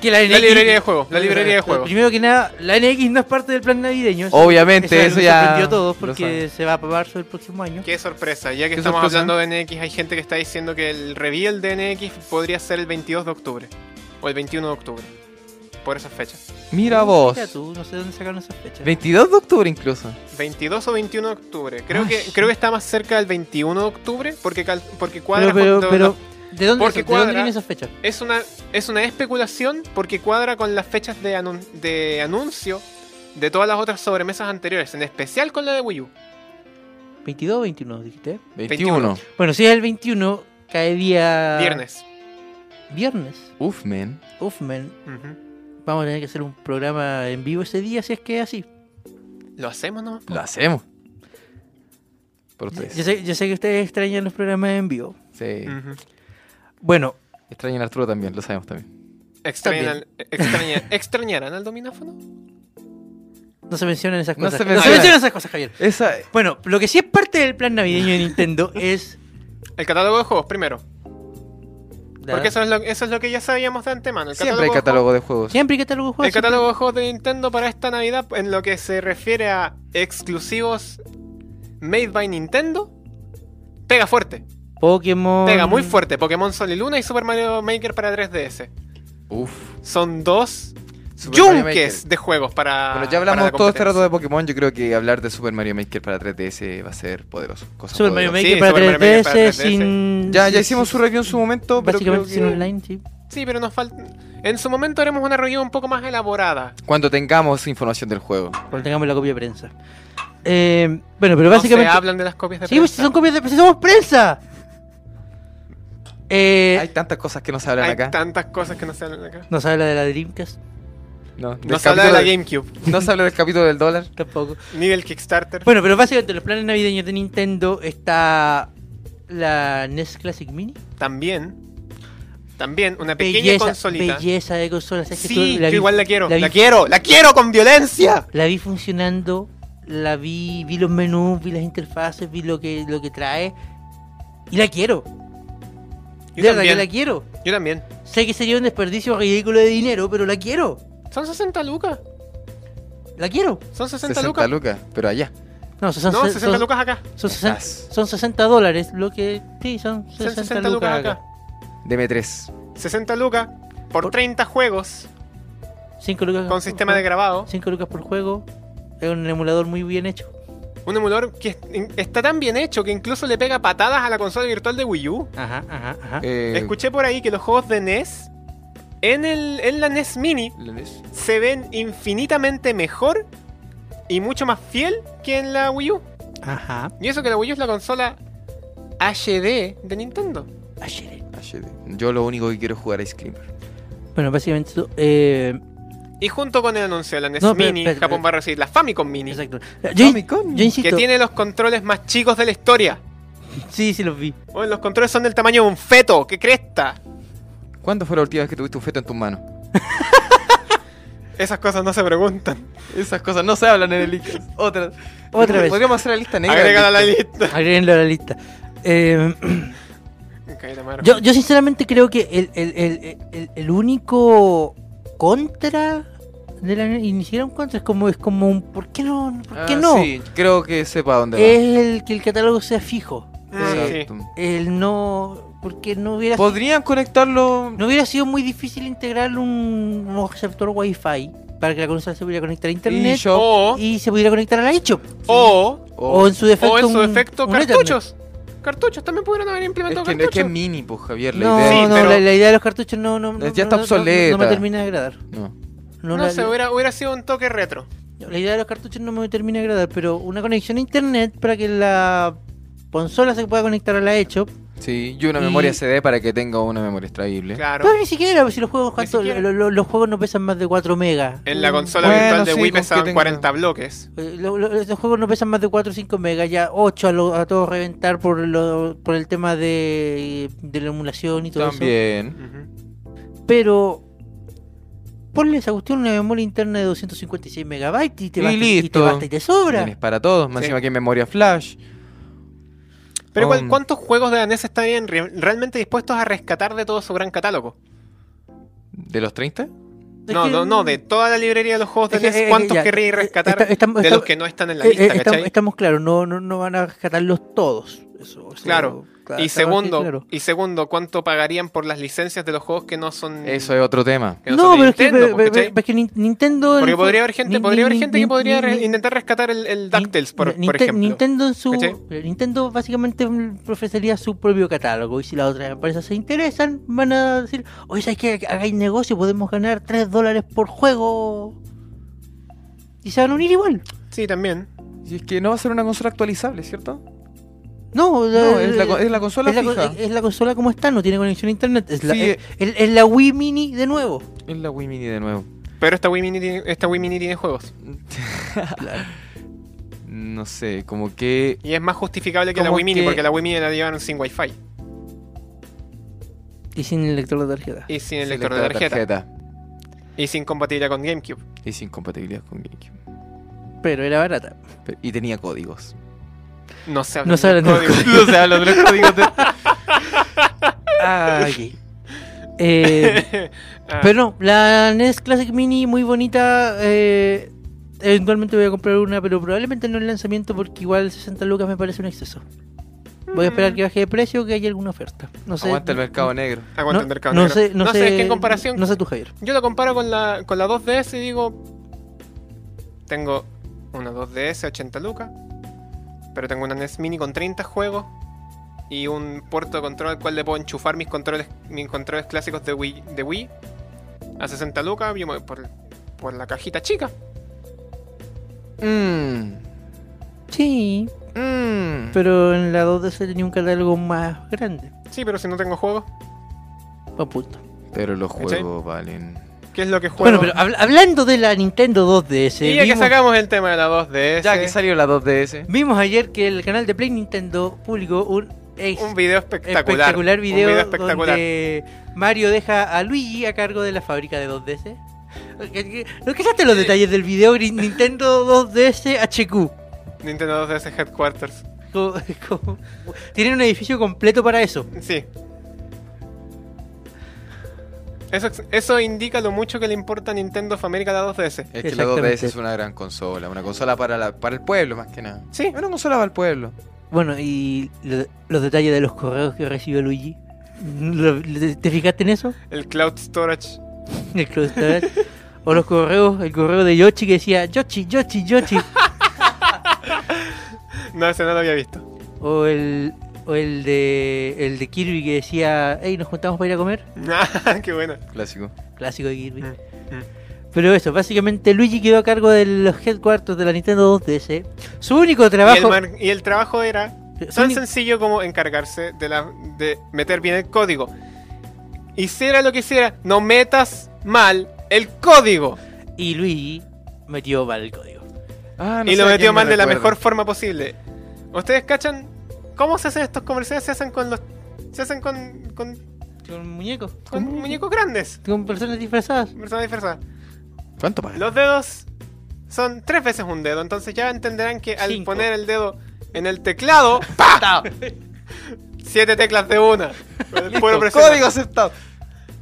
Que la,
La
NX
librería de juego, la librería de juego.
Primero que nada, la NX no es parte del plan navideño. eso-
Obviamente,
eso,
eso,
nos
ya.
sorprendió a todos
lo
porque
saben.
se va a marzo del próximo año.
Qué sorpresa, ya que
¿Qué
estamos
sorpresa?
hablando de NX, hay gente que está diciendo que el reveal de NX podría ser el 22 de octubre o el 21 de octubre. Por esas fechas.
Mira vos.
Mira tú, no sé dónde sacaron esas fechas.
22 de octubre incluso.
22 o 21 de octubre. Creo
Ay.
que creo que está más cerca del 21 de octubre porque cal- porque cuadra
Pero, pero,
con-
pero, ¿de dónde,
Porque
¿de dónde
cuadra-
vienen esas fechas?
es una es una especulación porque cuadra con las fechas de anun- de anuncio de todas las otras sobremesas anteriores, en especial con la de Wii U.
22 o 21, dijiste.
21.
21.
Bueno, si es el 21, cae día.
Viernes.
Viernes.
Uf, man.
Uf, man.
Ujú.
Vamos a tener que hacer un programa en vivo ese día, si es que es así.
Lo hacemos nomás.
Lo hacemos. Por
Yo
ustedes.
yo sé, Mm. yo sé que ustedes extrañan los programas en vivo.
Sí.
Ujú.
Bueno,
Extrañan a Arturo también, lo sabemos también.
Extrañan al- extraña- ¿Extrañarán al domináfono?
no se mencionan esas
No
cosas.
se
No se
mencionan.
mencionan esas cosas, Javier.
Esa.
Bueno, lo que sí es parte del plan navideño de Nintendo es.
El catálogo de juegos, primero. Porque
Dale.
eso es, lo, eso es lo que ya sabíamos de antemano. El
Siempre hay
de
catálogo de juegos.
Siempre hay catálogo de
juegos- el
juegos.
catálogo de juegos de Nintendo para esta Navidad, en lo que se refiere a exclusivos made by Nintendo, pega fuerte.
siempre- Pokémon.
Pega
Mm.
muy fuerte. Pokémon Sol y Luna y Super Mario Maker para 3DS.
Uf.
Son dos
Super Mario
yunques
Maker.
de juegos para.
Bueno, ya
para
hablamos
la
todo este rato
competencia.
de Pokémon. Yo creo que hablar de Super Mario Maker para 3DS va a ser poderoso. cosa
Super Mario
poderosa.
Maker
Sí,
para
Super Mario Maker
3DS,
para 3DS.
sin.
Ya,
sin-
ya hicimos su review en su momento, pero creo
Básicamente
que
sin online, sí.
Sí, pero nos falta. En su momento haremos una review un poco más elaborada.
cuando tengamos información del juego.
Cuando tengamos la copia de prensa. Eh, bueno, pero
No se
básicamente.
hablan de las copias de
Sí, pues, si
prensa.
son copias de prensa, somos prensa. Eh,
Hay tantas cosas que no se hablan
Hay
acá.
tantas cosas que no se hablan acá.
no se habla de la Dreamcast,
No,
No
del
se habla de
capítulo
la
del-
GameCube,
no se habla del capítulo del dólar.
tampoco.
ni del Kickstarter.
Bueno, pero básicamente los planes navideños de Nintendo está la NES E Classic Mini.
También. También una pequeña
Belleza,
consolita.
belleza de consola. ¿sabes que tú
Sí, yo
vi-
igual la quiero.
la
La,
vi-
quiero, la quiero con violencia.
La vi funcionando, la vi, vi los menús, vi las interfaces, vi lo que, lo que trae. Y la quiero.
Yo
de verdad que
también.
la quiero.
Yo también.
Sé que sería un desperdicio ridículo de dinero, pero la quiero.
Son 60 lucas.
La quiero.
Son 60,
60 lucas.
lucas.
pero allá.
No, son,
No,
son-
60 lucas acá.
son 60,
Estás.
son 60 dólares, lo que... Sí, son 60,
Son 60,
lucas
lucas
acá.
acá.
DM3.
60 lucas por
Por-
30 juegos
5 lucas
con sistema de grabado.
5 lucas por juego. Es un emulador muy bien hecho.
Un emulador que es- está tan bien hecho que incluso le pega patadas a la consola virtual de Wii U.
Ajá, ajá, ajá.
Eh,
Escuché por ahí que los juegos de NES en, el, en la NES Mini
¿la NES?
se ven infinitamente mejor y mucho más fiel que en la Wii U.
Ajá.
Y eso que la Wii U es la consola HD de Nintendo.
Ayer.
HD. Yo lo único que quiero es jugar a Ice Climber.
Bueno, básicamente... eso, Eh,
Y junto con el anuncio de la NES
No, pero-
Mini,
pero-
Japón va a recibir la Famicom Mini,
exacto. Yo,
Famicom.
yo insisto...
que tiene los controles más chicos de la historia.
Sí, sí los vi.
Bueno, los controles son del tamaño de un feto, qué cresta.
¿Cuándo fue la última vez que tuviste un feto en tus manos?
Esas cosas no se preguntan.
Esas cosas no se hablan en el Icas. Otra,
Otra vez.
Podríamos hacer la lista negra.
Agrégala a la
del Icas.
lista.
Agréguenlo a la lista. Eh,
Ok, la madre.
Yo, yo sinceramente creo que el, el, el- el- el único contra de la y ni siquiera un contra es como es como un ¿por qué no? ¿Por qué
Ah,
no? Eh,
Sí, creo que sepa dónde va.
es el que el catálogo sea fijo.
Ah,
Eh,
Exacto.
El no porque no hubiera
Podrían conectarlo.
no hubiera sido muy difícil integrar un, un receptor wifi para que la consola se pudiera conectar a internet
eShop.
O,
y se pudiera conectar a la eShop
o,
Oh,
o en su defecto
o en su
un-
defecto,
un Ethernet.
cartuchos. Cartuchos, también pudieron haber
es,
implementado
que, es que es
cartuchos.
mini, pues, Javier. La
No,
idea
Sí,
no,
pero-
la, la idea de los cartuchos no, no, no, no-
Ya está
no- no me
obsoleta.
termina de agradar.
No.
No,
No,
la-
sé, hubiera, hubiera sido un toque retro.
La idea de los cartuchos no me termina de agradar, pero una conexión a internet para que la consola se pueda conectar a la eShop.
Sí, y una
Y-
memoria CD para que tenga una memoria extraíble.
Claro.
Pero ni siquiera, si los juegos cuánto-
siquiera.
lo- lo- los juegos no pesan más de 4 megas.
En la
Mm,
consola
Bueno,
virtual de
sí,
Wii
con que
pesaban
tenga-
40 bloques.
eh, lo- lo- los juegos no pesan más de 4 o 5 megas, ya 8 a, lo- a todo reventar por lo- por el tema de, de la emulación y todo
También.
Ujú.
eso. Pero ponle esa cuestión una memoria interna de 256 megabytes y te,
Y
basta, y te
listo.
basta y te sobra.
Tienes para todos. Más
Sí.
encima que hay memoria flash.
Pero
Oh,
igual,
Um.
¿cuántos juegos de la NES estarían re- realmente dispuestos a rescatar de todo su gran catálogo?
¿De los 30?
Mm.
Es
No,
que- eh,
no, no, de toda la librería de los juegos de
Es que- es
NES,
que
¿cuántos
ya,
querría
eh,
rescatar
está- estamos-
de los
estamos-
que no están en la
Eh, eh,
lista,
estamos,
cachai?
estamos claros, no, no, no van a rescatarlos todos. Eso, eso-
Claro.
claro,
Y
está más que
segundo,
claro.
y segundo, ¿cuánto pagarían por las licencias de los juegos que no son
Eso es otro tema.
que no,
No,
son de
pero es que,
Nintendo, pues,
pero- pero-
¿cachai?
pero es que Nin- Nintendo. en
Porque
el-
podría haber gente,
Nin-
podría haber
Nin-
gente que
Nin-
podría
Nin-
re- intentar rescatar el, el DuckTales, por, por
Ninte-
ejemplo.
Nintendo, en su, eh,
¿Cachai?
Nintendo básicamente ofrecería su propio catálogo. Y si las otras empresas se interesan, van a decir: Oye, ¿sabes qué? Hagáis negocio, podemos ganar 3 dólares por juego. Y se van a unir igual.
Sí, también.
Y es que no va a ser una consola actualizable, ¿cierto?
No,
No,
eh,
es la, co- eh, es la consola
es la,
fija.
es- es la consola como está, no tiene conexión a internet. Es la,
Sí,
es,
eh.
es- es la Wii Mini de nuevo.
Es la Wii Mini de nuevo.
Pero esta Wii Mini tiene, esta Wii Mini tiene juegos.
no sé, como que.
Y es más justificable que la
Como
Wii Mini,
que-
porque la Wii Mini la llevaron sin Wi-Fi
Y sin el lector de tarjeta.
y sin el
sin
lector de tarjeta, y sin compatibilidad con GameCube.
Y sin compatibilidad con GameCube.
Pero era barata.
Pero- y tenía códigos.
No se habla
No se hablan de
no se hablan de los códigos de.
Ah, ok. Eh,
Ah,
pero no, la NES Classic Mini muy bonita. eh, eventualmente voy a comprar una, pero probablemente no el lanzamiento porque igual 60 lucas me parece un exceso. Voy a esperar que baje de precio o que haya alguna oferta. No sé.
Aguanta el mercado negro.
aguanta
No,
el mercado
no
negro.
sé, no, sé,
es que en comparación
No sé tú, Javier.
Yo la comparo con la, con la 2DS y digo. Tengo una 2DS 80 lucas. Pero tengo una NES Mini con 30 juegos. Y un puerto de control al cual le puedo enchufar mis controles, mis controles clásicos de Wii, de Wii. A 60 lucas. Yo me voy por, por la cajita chica.
Mmm.
Sí,
Mmm.
pero en la 2DS tenía un catálogo más grande.
Sí, pero si no tengo juegos,
Buen punto.
Pero los
¿Cachai?
juegos valen.
¿qué es lo que
Bueno,
juego?
pero habla- hablando de la Nintendo 2DS,
y ya que
vimos,
sacamos el tema de la 2DS.
Ya que salió la 2DS.
vimos ayer que el canal de Play Nintendo publicó un Es
Un video espectacular.
espectacular video,
Un video espectacular.
donde Mario deja a Luigi a cargo de la fábrica de 2DS. Eh, ¿No cachaste los detalles del video Gri- Nintendo 2DS HQ?
Nintendo 2DS Headquarters.
Como- como- tienen un edificio completo para eso.
Sí. Eso, ex- eso indica lo mucho que le importa a Nintendo of America la 2DS.
Es que la 2DS es
Exactamente.
una gran consola, una consola para, la, para el pueblo más que nada.
Sí.
Una consola para el pueblo.
Bueno, y lo- los detalles de los correos que recibió Luigi. ¿Lo- lo- ¿Te fijaste en eso?
El Cloud Storage.
El Cloud Storage. O los correos, el correo de Yoshi que decía Yoshi, Yoshi, Yoshi.
No, ese no lo había visto.
O el, o el de el de Kirby que decía, hey, nos juntamos para ir a comer.
Ah, qué bueno.
Clásico.
Clásico de Kirby.
Mm,
Pero eso, básicamente Luigi quedó a cargo de los headquarters de la Nintendo 2DS. Su único
Y el,
trabajo...
mar- y el trabajo era
su
tan
uni-
sencillo como encargarse de, la, de meter bien el código. Hiciera lo que hiciera, no metas mal el código.
y Luigi metió mal el código.
Ah, no
y
sé
lo
a
metió
quién me
mal de la
recuerda.
mejor forma posible. ¿Ustedes cachan cómo se hacen estos comerciales? Se hacen con los. Se hacen con. con,
Con muñecos.
con muñecos grandes.
Con personas disfrazadas.
Personas disfrazadas.
¿Cuánto paga?
Los dedos son tres veces un dedo. Entonces ya entenderán que al
Cinco.
poner el dedo en el teclado. ¡pa! Siete teclas de una.
Listo,
Puedo presionar.
código aceptado.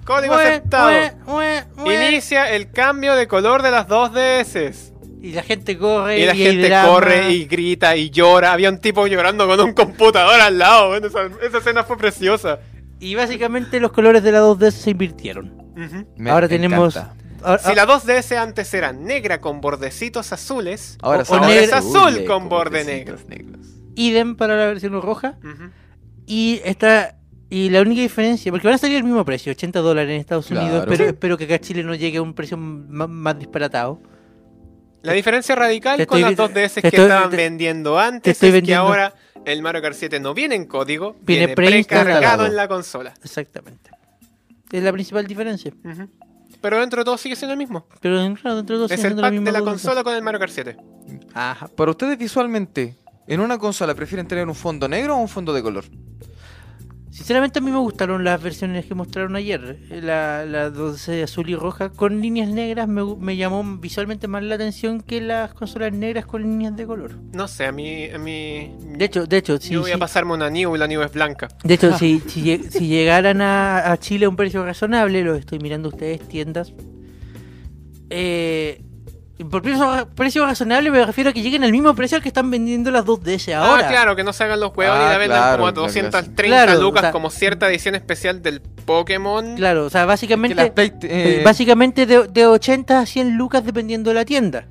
Código
Mue,
aceptado.
mue, mue, mue.
Inicia el cambio de color de las dos DS.
Y la gente corre.
Y la
hay
gente
drama.
corre y grita y llora. Había un tipo llorando con un computador al lado. bueno, esa, esa escena fue preciosa.
Y básicamente los colores de la 2DS se invirtieron.
Ujú.
Me
ahora tenemos...
encanta.
ahora-
Si la 2DS antes era negra con bordecitos azules,
o
Ahora son
negra-
azules,
azul con borde
bordecitos negros.
idem para la versión roja.
ujú,
Y está. Y la única diferencia, porque van a salir el mismo precio, 80 dólares en Estados
Claro.
Unidos, pero
Sí.
espero que acá a Chile no llegue a un precio ma- más, disparatado.
la diferencia
Te
radical con
estoy-
las 2DS
te
que
estoy-
estaban
te-
vendiendo antes
estoy
es
vendiendo.
que ahora el Mario Kart 7 no viene en código,
Viene
viene,
preinstalado.
precargado en la consola.
Exactamente. Es la principal diferencia.
Ujú. Pero dentro de todo sigue siendo el mismo.
Pero claro, dentro de dos
Es
siguen
el
siendo
pack
misma
de la
cosa.
consola con el Mario Kart 7.
Ajá.
Para ustedes visualmente, ¿en una consola prefieren tener un fondo negro o un fondo de color?
Sinceramente a mí me gustaron las versiones que mostraron ayer. La, la 12 azul y roja con líneas negras me, gu- me llamó visualmente más la atención que las consolas negras con líneas de color.
No sé, a mí. A mí
De hecho, de hecho, sí,
yo voy a
sí.
pasarme una New y la New es blanca.
De hecho, si, si lle- si llegaran a, a Chile a un precio razonable, lo estoy mirando ustedes, tiendas. eh, por precio, precio razonable me refiero a que lleguen al mismo precio al que están vendiendo las 2DS ahora.
Ah, claro, que no se hagan los huevos
Ah,
y la vendan
claro,
como a
claro,
230
claro,
lucas
o sea-
como cierta edición especial del Pokémon.
Claro, o sea,
Que las
básicamente,
Play- eh,
eh, básicamente de, de 80 a 100 lucas dependiendo de la tienda.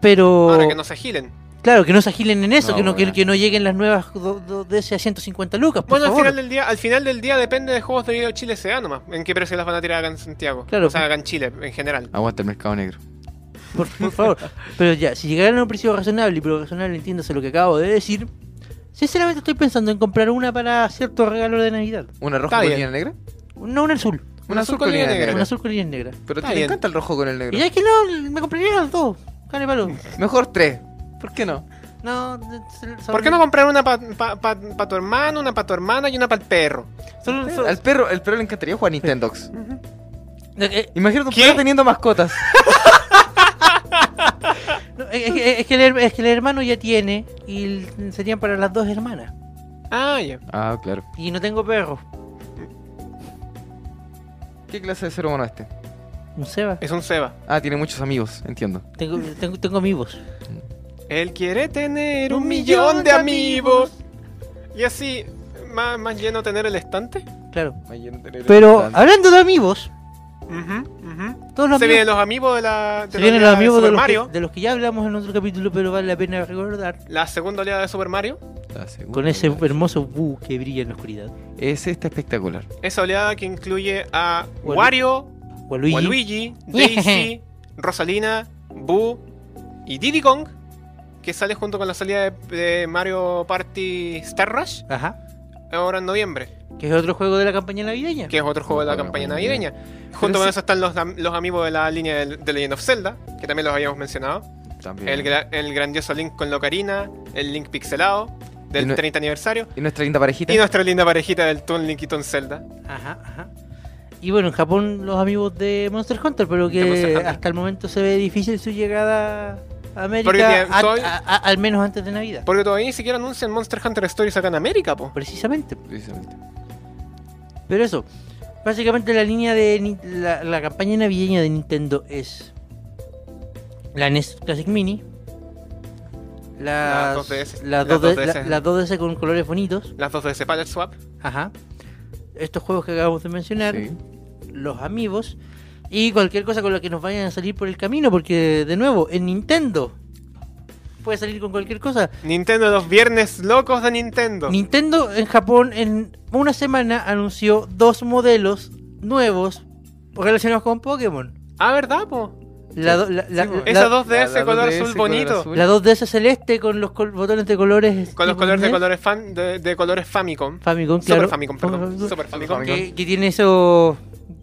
Pero,
Ahora que no se agilen.
claro, que no se agilen en eso,
No,
que, no, que,
bueno.
que no lleguen las nuevas 2DS a 150 lucas. Por
Bueno, al
favor.
final, del día, al final del día depende de juegos de video Chile sea nomás. En qué precio las van a tirar acá en Santiago.
Claro.
O sea, acá en Chile en general.
Aguanta el mercado negro.
Por, por favor. Pero ya, si llegaran a un precio razonable, y por razonable entiéndase lo que acabo de decir, sinceramente estoy pensando en comprar una para cierto regalo de Navidad.
¿Una roja
Está
con
bien.
línea negra?
No un azul,
Una azul con línea negra.
una azul con líneas negras.
Pero
Está
te
bien.
encanta el rojo con el negro.
Y ya que no, me compraría las dos. Cane palo.
Mejor tres. ¿Por qué no?
No, se- se-
¿Por qué no comprar una para tu hermano, una para tu hermana y una para el perro?
solo- solo-
Eh, Al perro, el perro le encantaría jugar a Nintendox.
no, eh,
Imagínate un
¿Qué?
perro teniendo mascotas.
no, eh, eh, eh, es, que el, her- es que el hermano ya tiene y l- serían para las dos hermanas.
Ah, ya.
Ah, claro.
Y no tengo perro.
¿Qué clase de ser humano es este?
No sé, va.
Es un Seba.
Ah, tiene muchos amigos, entiendo.
Tengo, tengo, tengo amigos.
Él quiere tener un, millón de amigos. Y así, más, más lleno tener el estante.
Claro. Pero ah, hablando de amigos, todos los
Se
amigos
vienen los amigos de la. de
Se
la
vienen los
oleada de
amigos de
Super
los,
Mario.
que, de los que ya hablamos en otro capítulo, pero vale la pena recordar.
La segunda oleada de Super Mario.
ah, Con ese hermoso bu que brilla en la oscuridad.
Ese está este espectacular.
Esa oleada que incluye a
Walu-
Wario,
Waluigi.
Waluigi, Daisy, Rosalina, Boo y Diddy Kong. Que sale junto con la salida de, de Mario Party Star Rush
Ajá.
ahora en noviembre,
Que es otro juego de la campaña navideña.
que es otro juego de la campaña navideña. Junto con
sí-
eso están los, los amigos de la línea del- de, Legend of Zelda, que también los habíamos mencionado.
También.
El, gra- el grandioso Link con Locarina, el Link pixelado, del
Y no-
30 aniversario.
Y nuestra linda parejita.
Y nuestra linda parejita del Toon Link y Toon Zelda.
Ajá, ajá. Y bueno, en Japón los amigos de Monster Hunter, pero que
De Monster Hunter.
hasta el momento se ve difícil su llegada a
Porque
América,
tiene-
a-
soy-
a- a- al menos antes de Navidad.
Porque todavía ni siquiera anuncian Monster Hunter Stories acá en América, po.
Precisamente.
Precisamente.
Pero eso, básicamente la línea de Ni- la, la campaña navideña de Nintendo es la NES Classic Mini,
La
las
2DS,
la
la
2D la-
2DS.
la 2DS con colores bonitos,
Las dos de Palette Swap.
ajá, estos juegos que acabamos de mencionar,
Sí.
los amigos y cualquier cosa con la que nos vayan a salir por el camino, porque de nuevo, en Nintendo puede salir con cualquier cosa.
Nintendo, los viernes locos de Nintendo.
Nintendo en Japón en una semana anunció dos modelos nuevos relacionados con Pokémon.
ah, ¿verdad, po?
La, do- la, la-
Sí, bueno.
la-
pues. Esa 2DS
La- la
color
2DS
azul
color
bonito.
azul.
la 2DS celeste con los col- botones de colores.
Con los
tipo
colores de
NES.
colores fan, de, de colores Famicom.
Famicom,
Super
claro.
Famicom, perdón.
Famicom,
Super Famicom.
Famicom.
Que, que tiene esos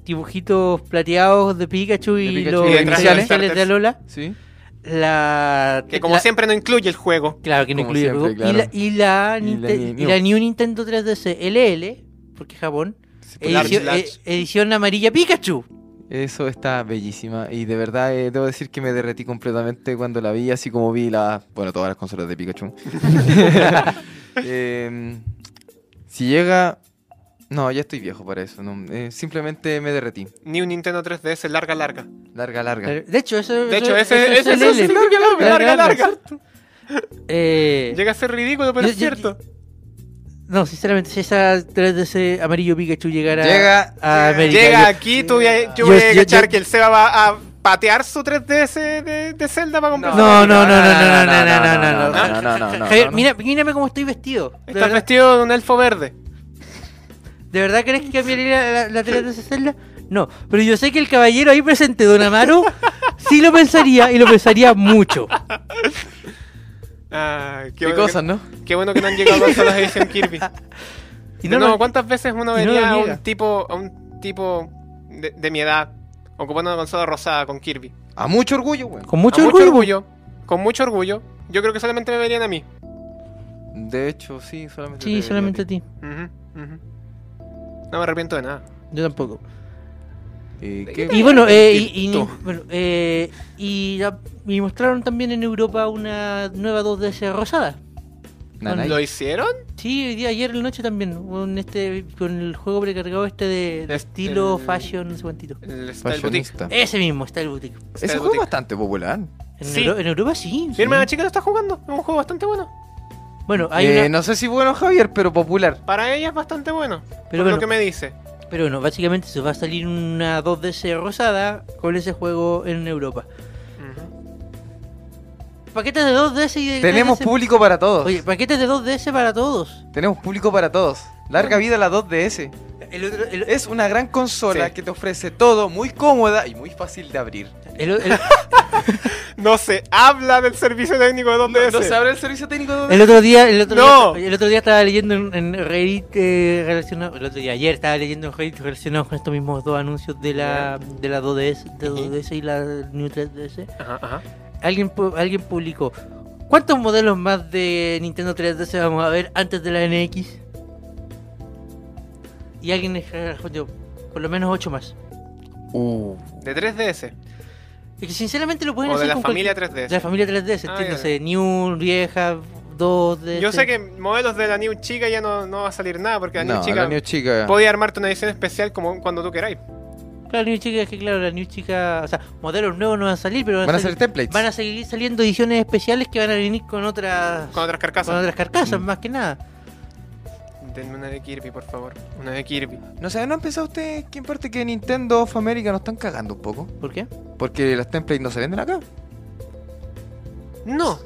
dibujitos plateados de Pikachu y
De Pikachu.
los
Y detrás de los
iniciales de
starters.
Alola.
Sí.
La.
Que como
la-
siempre no incluye el juego.
Claro, que no
Como
incluye
siempre,
Pokémon. Y la, y la,
Y la
Ninte-
Ni-
y la New Nintendo 3DS LL, porque Japón.
Sí, pues,
Large,
Edición,
large.
eh, edición amarilla Pikachu.
Eso está bellísima y de verdad eh, debo decir que me derretí completamente cuando la vi, así como vi la, bueno, todas las consolas de Pikachu. Eh, si llega, no, ya estoy viejo para eso. no, eh, simplemente me derretí.
New Nintendo 3DS, larga, larga.
Larga, larga.
De hecho, eso
De hecho,
eso-
ese,
eso
ese,
LL.
ese- ese- larga, larga, larga, larga.
Eh,
Llega a ser ridículo, pero
Yo-
es
yo-
cierto.
No, sinceramente, si esa 3DC amarillo Pikachu llegara
Llega-
a Ah, América.
Llega
yo-
aquí, tú, ya- yo
Yo-
voy a
yo-
cachar
yo-
que el Seba va a patear su 3DS de, de Zelda para comprar.
No, no, no, no, no, no, no, no,
no, no,
no,
no, no, no,
Javier,
no.
mira, mírame cómo estoy vestido. De
Estás
verdad,
vestido de un elfo verde.
¿de verdad crees que cambiaría la, la, la 3DC Zelda? No, pero yo sé que el caballero ahí presente, Don Amaro, sí lo pensaría y lo pensaría mucho.
Ah,
Qué,
bueno
cosas,
que,
¿no?
qué bueno que no han llegado a las edición Kirby.
Ah, Y
no,
no, no,
¿cuántas veces uno
y no
venía a
lo niega.
un tipo, a un tipo de, de mi edad ocupando una consola rosada con Kirby?
A mucho orgullo, güey.
con
A
mucho orgullo.
Con mucho orgullo. Yo creo que solamente me verían a mí.
De hecho, sí, solamente. te
Sí,
vería
solamente a
a ti.
ti.
Ujú, ujú. No me arrepiento de nada.
Yo tampoco.
Eh, ¿qué?
Y bueno, eh, y, y-
Tú.
bueno, eh, y, la- y mostraron también en Europa una nueva 2DS rosada.
Nanay.
¿Lo hicieron?
Sí, hoy día, ayer en la noche también, con este, con el juego precargado este de, de
Este- Ah.
estilo fashion, no sé cuántito.
El Style Boutique.
Fashionista.
Ese mismo, está el boutique.
Style
Ese juego es
Boutique.
bastante popular.
En,
Sí.
Euro- en Europa sí.
Mi
sí.
hermana chica lo está jugando. Es un juego bastante bueno.
Bueno, hay
Eh,
una-
No sé si bueno, Javier, pero popular.
Para ella es bastante bueno. por
pero, bueno,
lo que me dice.
pero bueno, básicamente se va a salir una 2DS rosada con ese juego en Europa.
Ujú.
Paquetes de 2DS y de
Tenemos
3DS.
público para todos.
Oye, paquetes de 2DS para todos.
Tenemos público para todos. Larga vida la 2DS.
El otro, el-
Es una gran consola
Sí.
que te ofrece todo, muy cómoda y muy fácil de abrir.
el- el-
No se habla del servicio técnico de 2DS.
No, no se abre el servicio técnico de 2DS.
El otro día, el otro
¡No!
día, el otro día estaba leyendo en, en Reddit eh, relacionado, el otro día ayer estaba leyendo en Reddit relacionado con estos mismos dos anuncios de la de la 2DS, de
Ujú.
2DS y la New 3DS.
Ajá, ajá.
Alguien pu- alguien publicó ¿Cuántos modelos más de Nintendo 3DS vamos a ver antes de la NX? Y alguien respondió, por lo menos 8 más.
Uh,
De 3DS.
Es que sinceramente lo pueden
O de
hacer
la
con
familia
cualquier- de
3DS.
la familia 3DS,
Ah,
entiéndase, New, vieja, 2DS.
Yo sé que modelos de la New Chica ya no, no va a salir nada porque la
no,
New Chica
la New Chica.
podía armarte una edición especial como cuando tú queráis.
Claro, New Chica, es que claro, la New Chica, o sea, modelos nuevos no van a salir, pero van,
Van a
a,
ser
salir-
templates.
van a seguir saliendo ediciones especiales que van a venir con otras
Con otras carcasas.
con otras carcasas,
Mm.
más que nada.
Denme una de Kirby, por favor. Una de Kirby.
No sé, ¿no han pensado ustedes que en parte que Nintendo of America nos están cagando un poco?
¿Por qué?
Porque las templates no se venden acá.
No.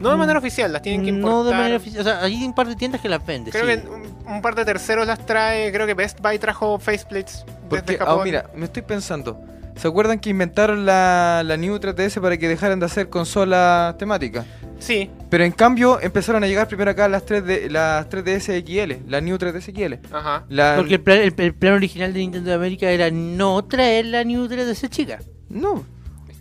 No de
Mm.
manera oficial, las tienen que importar.
No de manera oficial, o sea, hay un par de tiendas que las venden.
Creo
sí.
que un, un par de terceros las trae. Creo que Best Buy trajo faceplates
Porque,
desde
ah,
Japón.
mira, me estoy pensando. ¿Se acuerdan que inventaron la, la New 3DS para que dejaran de hacer consolas temáticas?
Sí,
Pero en cambio empezaron a llegar primero acá las, 3D, las 3DS XL, la New 3DS XL.
ajá.
La,
Porque el plan, el, el plan original de Nintendo de América era no traer la New 3DS chica.
No.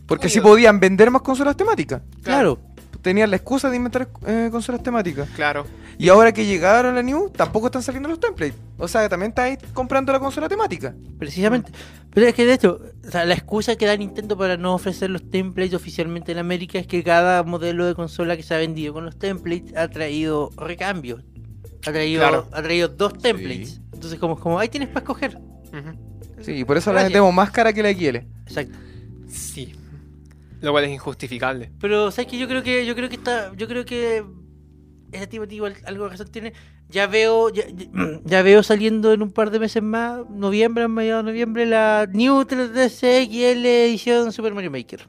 Porque
Oye.
si podían vender más consolas temáticas.
Claro.
Claro.
tenían la excusa de inventar eh, consolas temáticas.
Claro.
Y ahora que llegaron a la New, tampoco están saliendo los templates. O sea, también estáis comprando la consola temática.
Precisamente. Pero es que de hecho, o sea, la excusa que da Nintendo para no ofrecer los templates oficialmente en América es que cada modelo de consola que se ha vendido con los templates ha traído recambios. Ha traído,
Claro.
ha traído dos templates. Entonces, como, como ahí tienes para escoger.
Ujú.
Sí, y por eso la
Gracias.
vendemos más cara que la XL.
Exacto.
Sí. Lo cual es injustificable.
Pero sabes que yo creo que yo creo que está yo creo que ese tipo de igual algo de razón tiene. Ya veo ya, ya- ya veo saliendo en un par de meses más, noviembre, en mediados de noviembre la New 3DS XL edición Super Mario Maker.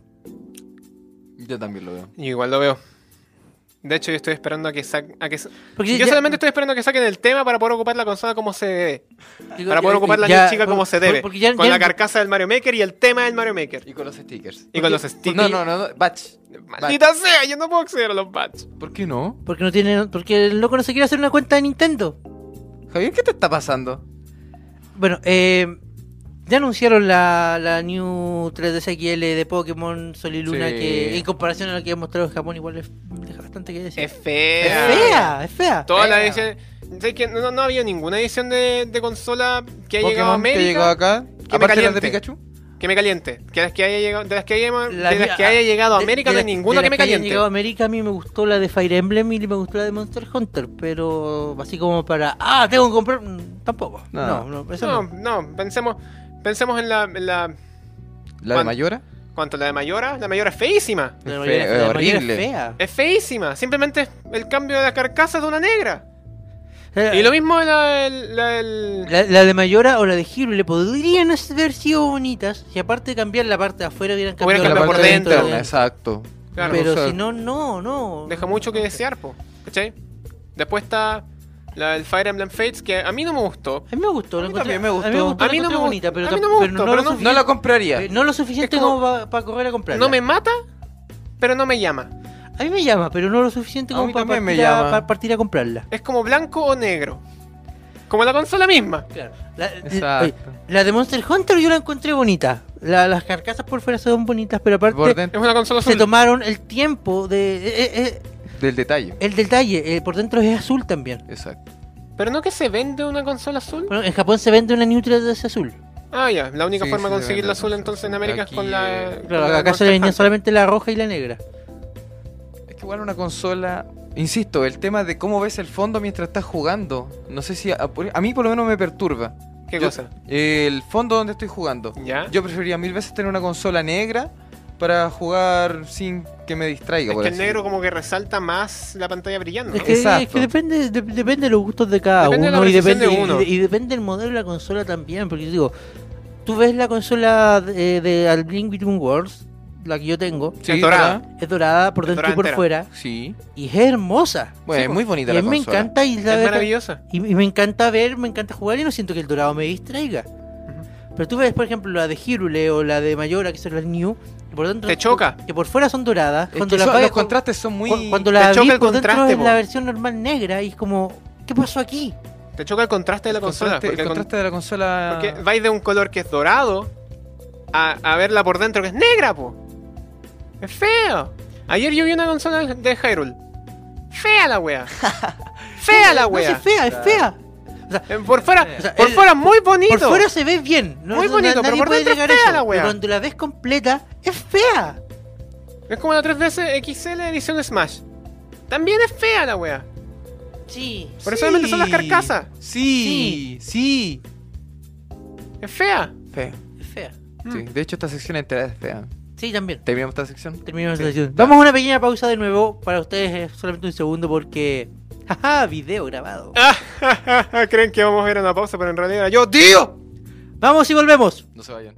Yo también lo veo.
Y igual lo veo. De hecho, yo estoy esperando a que saquen. A que... sa-
Porque
Yo
ya- mm.
solamente estoy esperando a que saquen el tema para poder ocupar la consola como se debe.
digo,
Para poder
ya-
ocupar la
ya-
New chica como
por-
se
por-
debe.
porque ya-
Con
ya-
la carcasa del Mario Maker y el tema del Mario Maker.
Y con los stickers.
Y con los
Porque-
stickers.
No, no, no, no, Batch.
Maldita sea, yo no puedo acceder a los patches.
¿Por qué no?
Porque no tiene, porque el loco no se quiere hacer una cuenta de Nintendo.
Javier, ¿qué te está pasando?
Bueno, eh, ya anunciaron la, la New 3DS XL de Pokémon Sol y Luna
Sí.
que en comparación a lo que ha mostrado en Japón igual es, deja bastante que decir.
Es fea.
Es fea, es fea.
Todas las
fea.
ediciones. ¿Sabes qué? No, no ha habido ninguna edición de, de consola que haya llegado a
Pokémon que
América que,
llegó acá.
me
Aparte de las de
caliente.
Pikachu.
me caliente. Que las que haya llegado, de las que haya,
La
de
vi- ah,
las que haya llegado a América no
de-
hay
de
ninguna
las
que me
hayan
caliente.
llegado a América a mí me gustó la de Fire Emblem y me gustó la de Monster Hunter, pero así como para, ah, tengo que comprar, mm, tampoco. No,
No.
no, eso
No,
no.
no, pensemos, pensemos en la, en la.
La de
¿Cuán-
Mayora.
¿Cuánto? ¿La de Mayora? La Mayora es feísima.
La
Es
mayoría-
fea, es
la mayoría
horrible.
Es fea.
Es feísima. Simplemente es el cambio de la carcasa de una negra.
O sea,
Y lo mismo la, la, la-
La, la de Mayora o la de Hero le podrían haber sido bonitas. Si aparte de cambiar la parte de afuera, hubieran
Hubieran
cambiado
Cambia
La
cambiado
la
parte
por
parte de
dentro.
interna, exacto.
Claro.
Pero
O sea,
si no, no, no.
deja mucho que desear, po. ¿Cachai? Después está la del Fire Emblem Fates, que a mí no me gustó.
A mí me gustó.
A
la
mí
encontré-
también me gustó.
A mí me gustó.
A
la
mí no
encontré
me
bonita,
gust-
pero,
a mí
tam-
no me
pero
gustó,
no,
pero
lo
no-
sufici-
No la compraría.
eh, no lo suficiente
Es
como,
como-
para correr a comprarla.
No me mata, pero no me llama.
A mí me llama, pero no lo suficiente
A
como
mí
para partir,
también me
a,
llama.
para partir a comprarla.
Es como blanco o negro. Como la consola misma.
Claro. La,
Exacto.
oye, la de Monster Hunter yo la encontré bonita. La- las carcasas por fuera son bonitas, pero aparte
Por
Es
dentro
una consola
se
azul.
tomaron el tiempo de... eh, eh, eh,
del detalle.
el detalle, eh, por dentro es azul también.
Exacto.
Pero no que se vende una consola azul.
Bueno, en Japón se vende una New 3DS azul.
Ah, ya. La única
Sí,
forma
sí,
de
se
conseguir
vende
la azul
azul.
entonces en América
Aquí,
es con la.
eh,
con
Claro,
la
acá se
Monster
vendía
Hunter.
solamente la roja y la negra.
Es que igual una consola. Insisto, el tema de cómo ves el fondo mientras estás jugando. No sé si. A, a mí por lo menos me perturba.
¿Qué
Yo-
cosa?
El fondo donde estoy jugando.
¿Ya?
Yo preferiría mil veces tener una consola negra para jugar sin que me distraiga.
es
por
que el
así
negro como que resalta más la pantalla brillando.
Es
¿no?
que, es
Exacto.
que depende, de, depende de los gustos de cada
Depende de la
uno, y
precisión
depende,
de uno.
Y, y depende del modelo de la consola también. Porque yo digo, tú ves la consola de, eh, de Al Blink Between Worlds, la que yo tengo,
decirlo.
es dorada.
¿verdad?
es dorada por
Es
dentro
dorada
y por
entera.
fuera
Sí.
y es hermosa.
Bueno, es
po.
muy bonita
pues, y a
la
mí me
consola.
encanta y, la
Es
verdad-
maravillosa.
y, y me encanta ver, me encanta jugar y no siento que el dorado me distraiga. Pero tú ves, por ejemplo, la de Hirule o la de Mayora, que son las New, y por dentro
Te choca.
que por fuera son doradas.
Es
cuando
que
la
eso-
apagas-
los contrastes son muy.
Cu- Cuando
te
la
choca
abrí
el
por dentro
contraste,
es
po.
la versión normal negra y es como, ¿qué pasó aquí?
Te choca el contraste de la
el
consola.
contraste-
porque
el
con-
contraste de la consola.
Porque vais de un color que es dorado a, a verla por dentro que es negra, po. Es feo. Ayer yo vi una consola de Hyrule. Fea la wea. Fea la
No,
wea.
No, sí, es fea, es fea.
Eh, Por fuera,
O
sea,
por
el-
fuera muy bonito.
Por fuera se ve bien. No,
Muy
no-
bonito, pero
nadie
por
puede
dentro es
negar
fea
eso,
la wea.
pero cuando la ves completa, es fea.
Es como la 3DS XL edición de Smash. También es fea la wea.
Sí.
Por eso solamente son las carcasas.
Sí, sí.
Es fea.
Fea.
Es fea.
Mm.
Sí. De hecho, esta sección entera es fea.
Sí, también.
¿Terminamos esta sección?
Terminamos la sesión. Vamos a una pequeña pausa de nuevo. Para ustedes es solamente un segundo porque... Jaja, video grabado.
Creen que vamos a ir a una pausa, pero en realidad era yo, tío.
Vamos y volvemos.
No se vayan.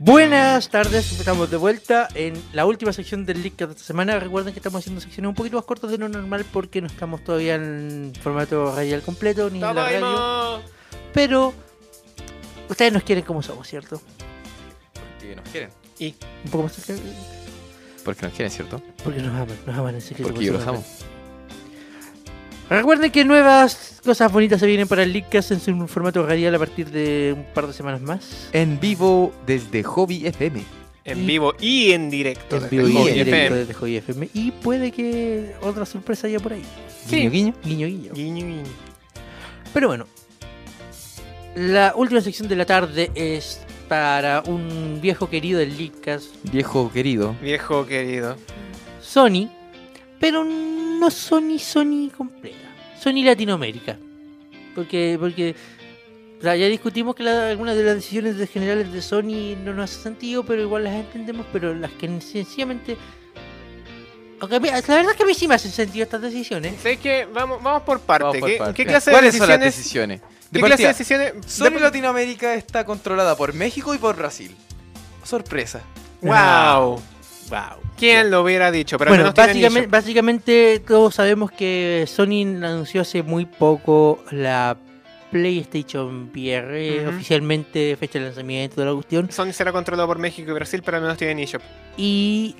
Buenas tardes, estamos de vuelta en la última sección del link de esta semana. Recuerden que estamos haciendo secciones un poquito más cortas de lo normal porque no estamos todavía en formato radial completo ni en la radio.
Tadaima.
Pero ustedes nos quieren como somos, ¿cierto?
Porque nos quieren.
Y
Un poco más cerca.
Porque nos quieren, ¿cierto?
Porque nos aman, nos aman en secreto.
Porque yo los
nos aman.
amo.
Recuerden que nuevas cosas bonitas se vienen para el Leadcast en su formato radial a partir de un par de semanas más.
En vivo desde Hobby FM.
En vivo y en directo.
En
desde
vivo y
Hobby
en directo
FM.
desde Hobby FM. Y puede que otra sorpresa haya por ahí.
Guiño, guiño.
Guiño, guiño.
Guiño, guiño.
Pero bueno, la última sección de la tarde es para un viejo querido del Leadcast,
Viejo querido.
Viejo querido.
Sony, pero no Sony, Sony completa. Sony Latinoamérica. Porque, porque o sea, ya discutimos que la- algunas de las decisiones de- generales de Sony no nos hacen sentido, pero igual las entendemos, pero las que sencillamente... Aunque a mí- la verdad es que a mí sí me hacen sentido estas decisiones.
¿Sabes qué? Vamos, vamos por parte.
Vamos por
¿Qué,
partes.
qué clase de
¿Cuáles son las decisiones?
decisiones? ¿Qué
De
clase
partida,
de decisiones?
Sony
de-
Latinoamérica está controlada por México y por Brasil. Sorpresa.
Wow. Wow. ¿Quién lo hubiera dicho? Pero al
bueno,
menos tienen
básicamente,
nicho.
básicamente todos sabemos que Sony anunció hace muy poco la PlayStation VR
Ujú.
oficialmente, fecha de lanzamiento de la cuestión.
Sony será controlado por México y Brasil, pero al menos tienen eShop.
y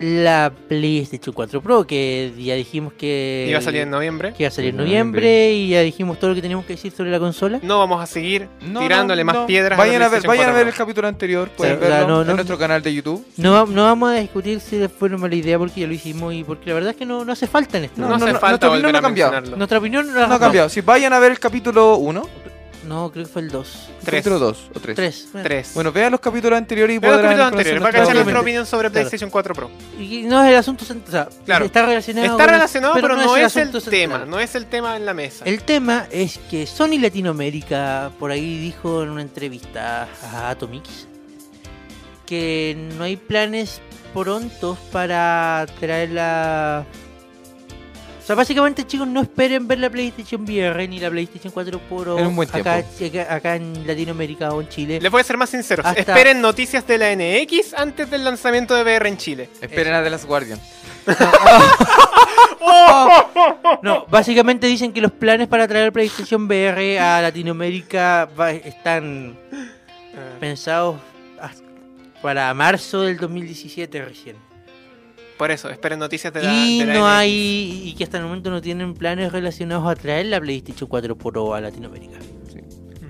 la PlayStation 4 Pro, que ya dijimos que
Iba a salir en noviembre.
que iba a salir en
En
noviembre y ya dijimos todo lo que teníamos que decir sobre la consola.
No vamos a seguir
No,
tirándole
no,
más
no.
piedras
Vayan
la
a, ver,
PlayStation
vayan a
4
ver
Pro.
el capítulo anterior, pueden
o sea,
verlo
no, no.
en nuestro canal de YouTube.
No, va- no vamos a discutir si fue una mala idea porque ya lo hicimos y porque la verdad es que no, no hace falta en este
No,
No,
momento.
hace
no,
falta
nuestra opinión
volver
no
a
ha cambiado.
mencionarlo.
Nuestra opinión no la
No ha cambiado. Si vayan a ver el capítulo 1,
No, creo que fue el 2.
Tres.
capítulo 2 o 3.
3.
Tres.
Bueno, vean los capítulos anteriores y
Vean los
podrán
capítulos
conocer
anteriores. Va a
nuestra
cachar
opinión.
nuestra opinión sobre
Claro.
PlayStation 4 Pro.
Y no es el asunto central. o sea,
Claro.
Está relacionado.
Está
con el-
relacionado, pero, no, es el,
asunto
tema.
central.
No es el tema en la mesa.
El tema es que Sony Latinoamérica por ahí dijo en una entrevista a Atomix que no hay planes prontos para traer la... O sea, básicamente chicos, no esperen ver la PlayStation VR ni la PlayStation 4 Pro
En un buen
acá, acá- acá en Latinoamérica o en Chile.
Les voy a ser más sinceros.
Hasta-
Esperen noticias de la NX antes del lanzamiento de VR en Chile.
Esperen a The Last Guardian.
No, básicamente dicen que los planes para traer PlayStation VR a Latinoamérica va- están pensados hasta- para marzo del 2017 recién.
Por eso, esperen noticias de la,
Y
de la
no
NX.
hay y que hasta el momento no tienen planes relacionados a traer la PlayStation 4 Pro a Latinoamérica.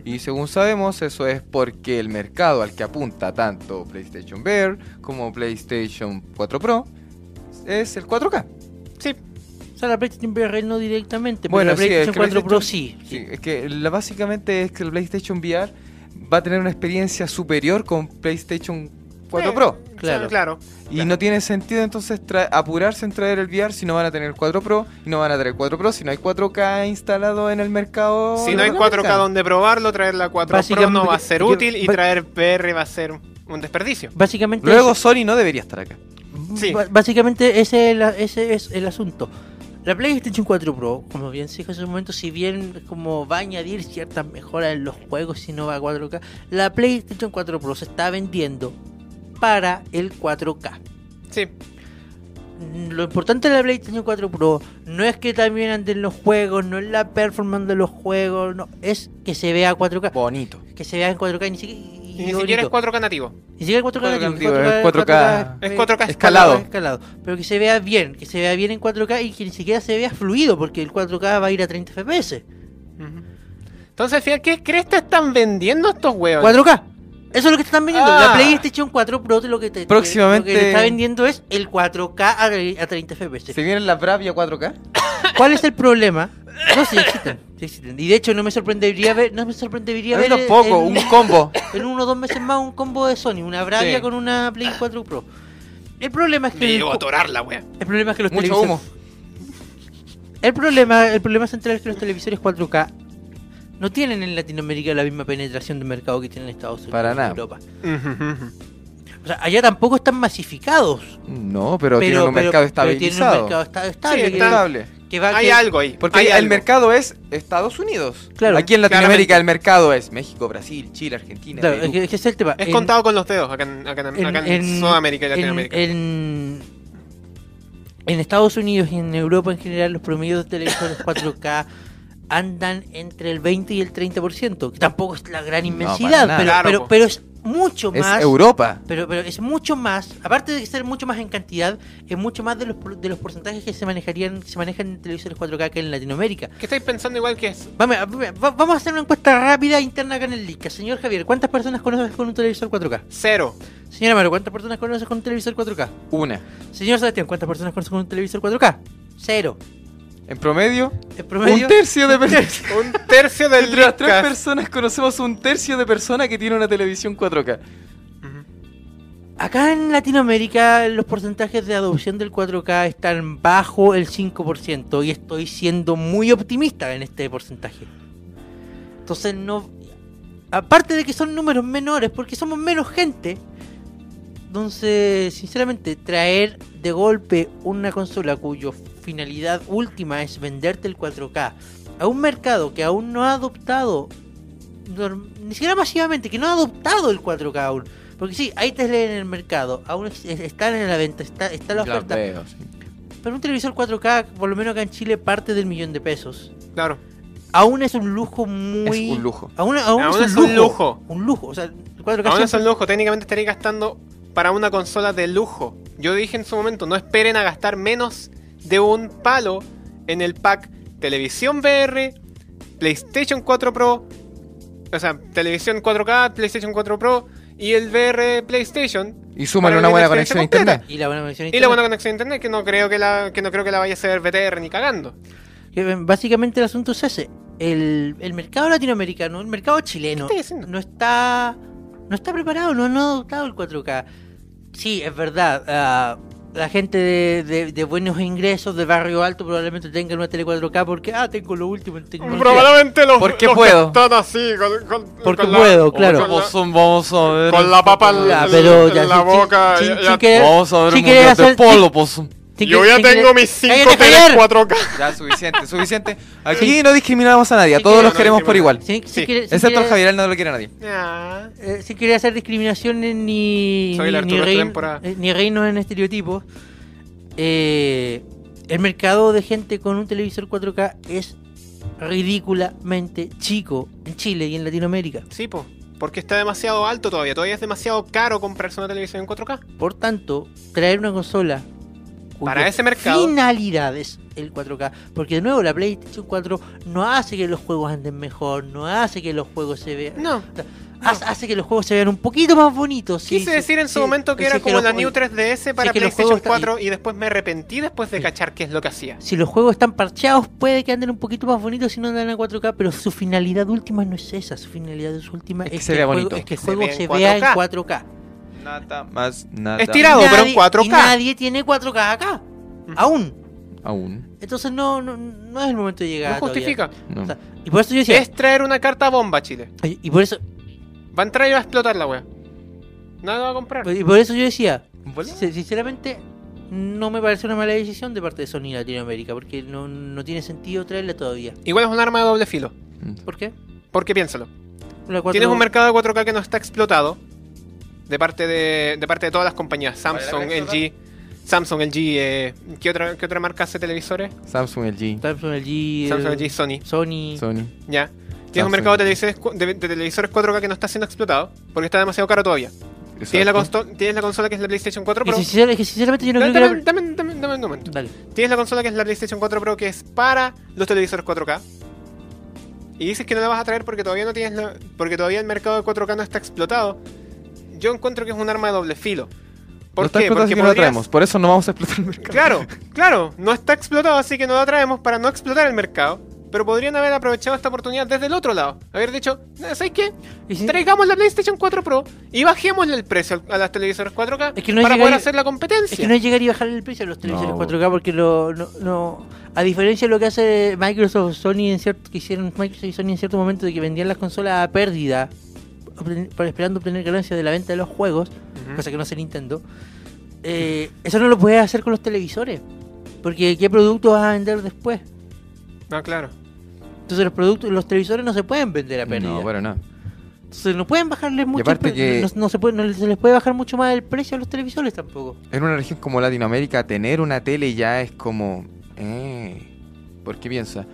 Y según sabemos, eso es porque el mercado al que apunta tanto PlayStation Bear como PlayStation 4 Pro es el 4K.
Sí,
O sea, la PlayStation VR no directamente, pero
Bueno,
la
sí, es que
PlayStation 4 Pro sí.
Sí,
sí.
es que la, básicamente es que el PlayStation VR va a tener una experiencia superior con PlayStation 4
Eh,
Pro.
Claro.
claro. claro.
Y no tiene sentido entonces tra- apurarse en traer el VR si no van a tener 4 Pro y no van a tener 4 Pro si no hay 4K instalado en el mercado.
Si no hay 4K
norteamericano.
donde probarlo, traer la 4 Pro
Básicamente,
no va a ser
yo-
útil y
ba-
traer VR va a ser un desperdicio.
Básicamente
Luego Sony no debería estar acá.
Sí.
Ba- Básicamente ese es, la- ese es el asunto. La PlayStation 4 Pro, como bien se dijo hace un momento, si bien como va a añadir ciertas mejoras en los juegos si no va a 4K, la PlayStation 4 Pro se está vendiendo para el 4K.
Sí,
Lo importante de la PlayStation 4 Pro no es que también anden los juegos, no es la performance de los juegos, no, es que se vea 4K,
Bonito.
que se vea en 4K y ni siquiera, y- y
y ni siquiera es
bonito.
4K nativo.
Ni siquiera el 4K, nativo,
nativo,
el
es
4K,
4K,
es
eh,
4K
escalado.
escalado. Pero que se vea bien, que se vea bien en 4K y que ni siquiera se vea fluido, porque el 4K va a ir a 30 FPS.
Ujú. Entonces, al final, ¿qué cresta están vendiendo estos huevos?
4K. Eso es lo que te están vendiendo. La
Ah.
PlayStation 4 Pro lo que te,
Próximamente-
lo que te está vendiendo es el 4K a, a 30 FPS.
¿Se vienen las Bravia 4K?
¿Cuál es el problema? No, sí existen, sí existen. Y de hecho no me sorprendería ver, no me sorprendería
A mí
ver
tampoco,
en-
un combo.
en uno o dos meses más un combo de Sony, una Bravia
Sí.
con una Play 4 Pro. El problema es
Me
que el,
llegó a atorar la wea.
el problema es que los
Mucho
televisores-
humo.
El problema, el problema central es que los televisores 4K no tienen en Latinoamérica la misma penetración de mercado que tienen en Estados Unidos
Para
y
nada.
Europa.
Ujú, ujú.
O sea, allá tampoco están masificados.
No,
pero,
pero, tiene un
pero-
mercado
pero tienen un
estabilizado.
mercado esta- estable. que-
está-
Estable.
que va-
Hay
que-
algo ahí.
Porque
hay
el
algo.
mercado es Estados Unidos.
Claro.
Aquí en Latinoamérica
Claramente.
el mercado es México, Brasil, Chile, Argentina.
claro, es
Perú.
que- es que ese es el tema.
Es
En-
contado con los dedos acá en, acá en-
en-
acá en
en-
Sudamérica y
en-
Latinoamérica.
En, en Estados Unidos y en Europa en general, los promedios de televisores 4K andan entre el 20 y el 30%, que tampoco es la gran
No,
inmensidad,
para nada.
pero,
Claro,
pero,
po.
pero es mucho
Es
más.
Europa.
Pero, pero es mucho más, aparte de ser mucho más en cantidad, es mucho más de los, por- de los porcentajes que se manejarían se manejan en televisores 4K que en Latinoamérica.
¿Qué estáis pensando igual que es?
Vamos, a- va- vamos a hacer una encuesta rápida interna acá en el Lica. Señor Javier, ¿cuántas personas conoces con un televisor 4K?
Cero.
Señora Maro, ¿cuántas personas conoces con un televisor 4K?
Una.
Señor Sebastián, ¿cuántas personas conoces con un televisor 4K? Cero.
En promedio,
El promedio.
un tercio de personas.
Un tercio del
Entre las tres
Dreamcast.
personas conocemos un tercio de personas que tiene una televisión 4K.
Ujú.
Acá en Latinoamérica los porcentajes de adopción del 4K están bajo el 5% y estoy siendo muy optimista en este porcentaje. Entonces no... Aparte de que son números menores, porque somos menos gente. Entonces, sinceramente, traer de golpe una consola cuyo finalidad última es venderte el 4K a un mercado que aún no ha adoptado, norm- ni siquiera masivamente, que no ha adoptado el 4K aún. Porque sí, hay tele en el mercado, aún es- es- están en la venta, está, está la
Las
oferta.
veo, sí.
Pero un televisor 4K, por lo menos acá en Chile, parte del millón de pesos.
Claro.
Aún es un lujo muy...
Es un lujo.
Aún, aún
Aún
es, un lujo. Un lujo. O sea, el 4K
Aún
siempre-
es un lujo. Técnicamente estaría gastando para una consola de lujo. Yo dije en su momento, no esperen a gastar menos de un palo en el pack televisión VR, PlayStation 4 Pro, o sea, televisión 4K, PlayStation 4 Pro y el VR PlayStation
Y súmale
Para
una
la
buena
experiencia
conexión a
completa.
internet.
Y la buena conexión a
y la
internet.
buena conexión a internet que no creo que la que no creo que la vaya a hacer VTR ni cagando.
Que, eh, Básicamente el asunto es ese. El, el mercado latinoamericano, el mercado chileno,
¿Qué estoy diciendo?
no está no está preparado, no, no ha adoptado el 4K. Sí, es verdad. ah, la gente de, de- de buenos ingresos, de barrio alto, probablemente tenga una tele 4K porque, ah, tengo lo último en tecnología.
Probablemente los,
¿Por qué
los que
puedo?
están así con, con-
Porque
con la-
puedo,
con
claro.
la-
Vamos a- vamos a ver.
con la papa en,
Ya,
en-
pero
en
ya,
la
si-
boca. eh,
si-
ya-
si
ya-
que-
Vamos a ver
Si
un
quieres
mundial de
hacer-
polo, pozo.
Sin
Yo
que-
ya
sin que-
tengo mis 5
¡Cállate,
teles
Javier!
4K.
Ya, suficiente, suficiente. Aquí no discriminamos a nadie, a
Sí,
todos
sí,
los
no
queremos por igual.
discriminamos.
sin- sin
Sí.
querer- sin
Excepto al
querer-
Javier, él no lo quiere a nadie.
Ah.
eh, sin querer hacer discriminaciones ni,
Soy el
ni,
Arturo
ni
de
rein-
temporada.
eh, ni reinos en estereotipos, eh, el mercado de gente con un televisor 4K es ridículamente chico en Chile y en Latinoamérica.
Sí, po. Porque está demasiado alto todavía. Todavía es demasiado caro comprarse una televisión en 4K.
Por tanto, traer una consola cuya
Para ese mercado.
finalidad es el 4K, porque de nuevo la PlayStation 4 no hace que los juegos anden mejor, no hace que los juegos se vean...
No.
hace- Hace que los juegos se vean un poquito más bonitos. sí,
Quise
sí,
decir en su
sí,
momento
sí,
que era
es
como
los
la
jue-
New 3DS para
que los
PlayStation
juegos están-
4 y después me arrepentí después de
Sí.
cachar qué es lo que hacía.
Si los juegos están parcheados, puede que anden un poquito más bonitos si no andan a 4K, pero su finalidad última no es esa. Su finalidad es última
Es
es,
que se
que, el
vea
juego-
bonito.
es que el
Se
juego
vea en
se vea en
4K.
4K.
Nada más, nada.
Estirado. Claro, pero
Nadie-
en 4K.
Y nadie tiene 4K acá, aún.
Aún.
Entonces no, no, no es el momento de llegar.
No
todavía.
justifica. Este.
No.
O sea, y por eso yo decía.
Es traer una carta bomba, Chile.
Y por eso,
Va a entrar y va a explotar la wea. Nadie la va a comprar.
y por eso yo decía.
¿Volé?
sin- Sinceramente, no me parece una mala decisión de parte de Sony Latinoamérica, porque no, no tiene sentido traerla todavía.
Igual es un arma de doble filo.
¿Por qué?
Porque piénsalo.
La 4K
Tienes un mercado de 4K que no está explotado de parte de, de parte de todas las compañías. Samsung,
¿Vale la
LG, Samsung, LG, eh, ¿qué, otra, ¿qué otra marca hace televisores?
Samsung LG,
Samsung LG,
Samsung,
eh,
LG, Sony,
Sony.
Sony.
ya. Tienes
Samsung.
un mercado de
eh,
televisores, cu- de, de televisores 4K que no está siendo explotado porque está demasiado caro todavía. Tienes la,
Exacto.
consto- tienes la consola que es la PlayStation 4
Es
Pro.
que sincer- es que sinceramente yo no
Dame,
creo que
dame-
la-
dame- dame- dame un momento.
Dale.
Tienes la consola que es la PlayStation 4 Pro que es para los televisores 4K. Y dices que no la vas a traer porque todavía no tienes la- porque todavía el mercado de 4K no está explotado. Yo encuentro que es un arma de doble filo.
No
¿Por
está explotado,
qué? Porque
así que no la
podrías-
traemos. Por eso no vamos a explotar el mercado.
Claro, claro, no está explotado, así que no la traemos para no explotar el mercado. Pero podrían haber aprovechado esta oportunidad desde el otro lado. Haber dicho, "Eh, ¿sabes qué?
Y sin-
Traigamos la PlayStation 4 Pro y bajémosle el precio al- a las televisores 4K
Es que no
para
llegaría-
poder hacer la competencia.
Es que no es llegar y bajarle el precio a los televisores 4K porque lo- no, no- A diferencia de lo que hace Microsoft, Sony en cierto, que hicieron Microsoft y Sony en cierto momento de que vendían las consolas a pérdida, obten- por- esperando obtener ganancias de la venta de los juegos,
Ujú.
cosa que no hace Nintendo, eh, eso no lo puedes hacer con los televisores. Porque ¿qué producto vas a vender después?
No, claro.
Entonces los productos, los televisores no se pueden vender a pérdida.
No, bueno, no.
Entonces no pueden bajarles mucho. el
aparte
pre-
que-
no, no se puede, no se les puede bajar mucho más el precio a los televisores tampoco.
En una región como Latinoamérica, tener una tele ya es como. Eh, ¿Por qué piensa?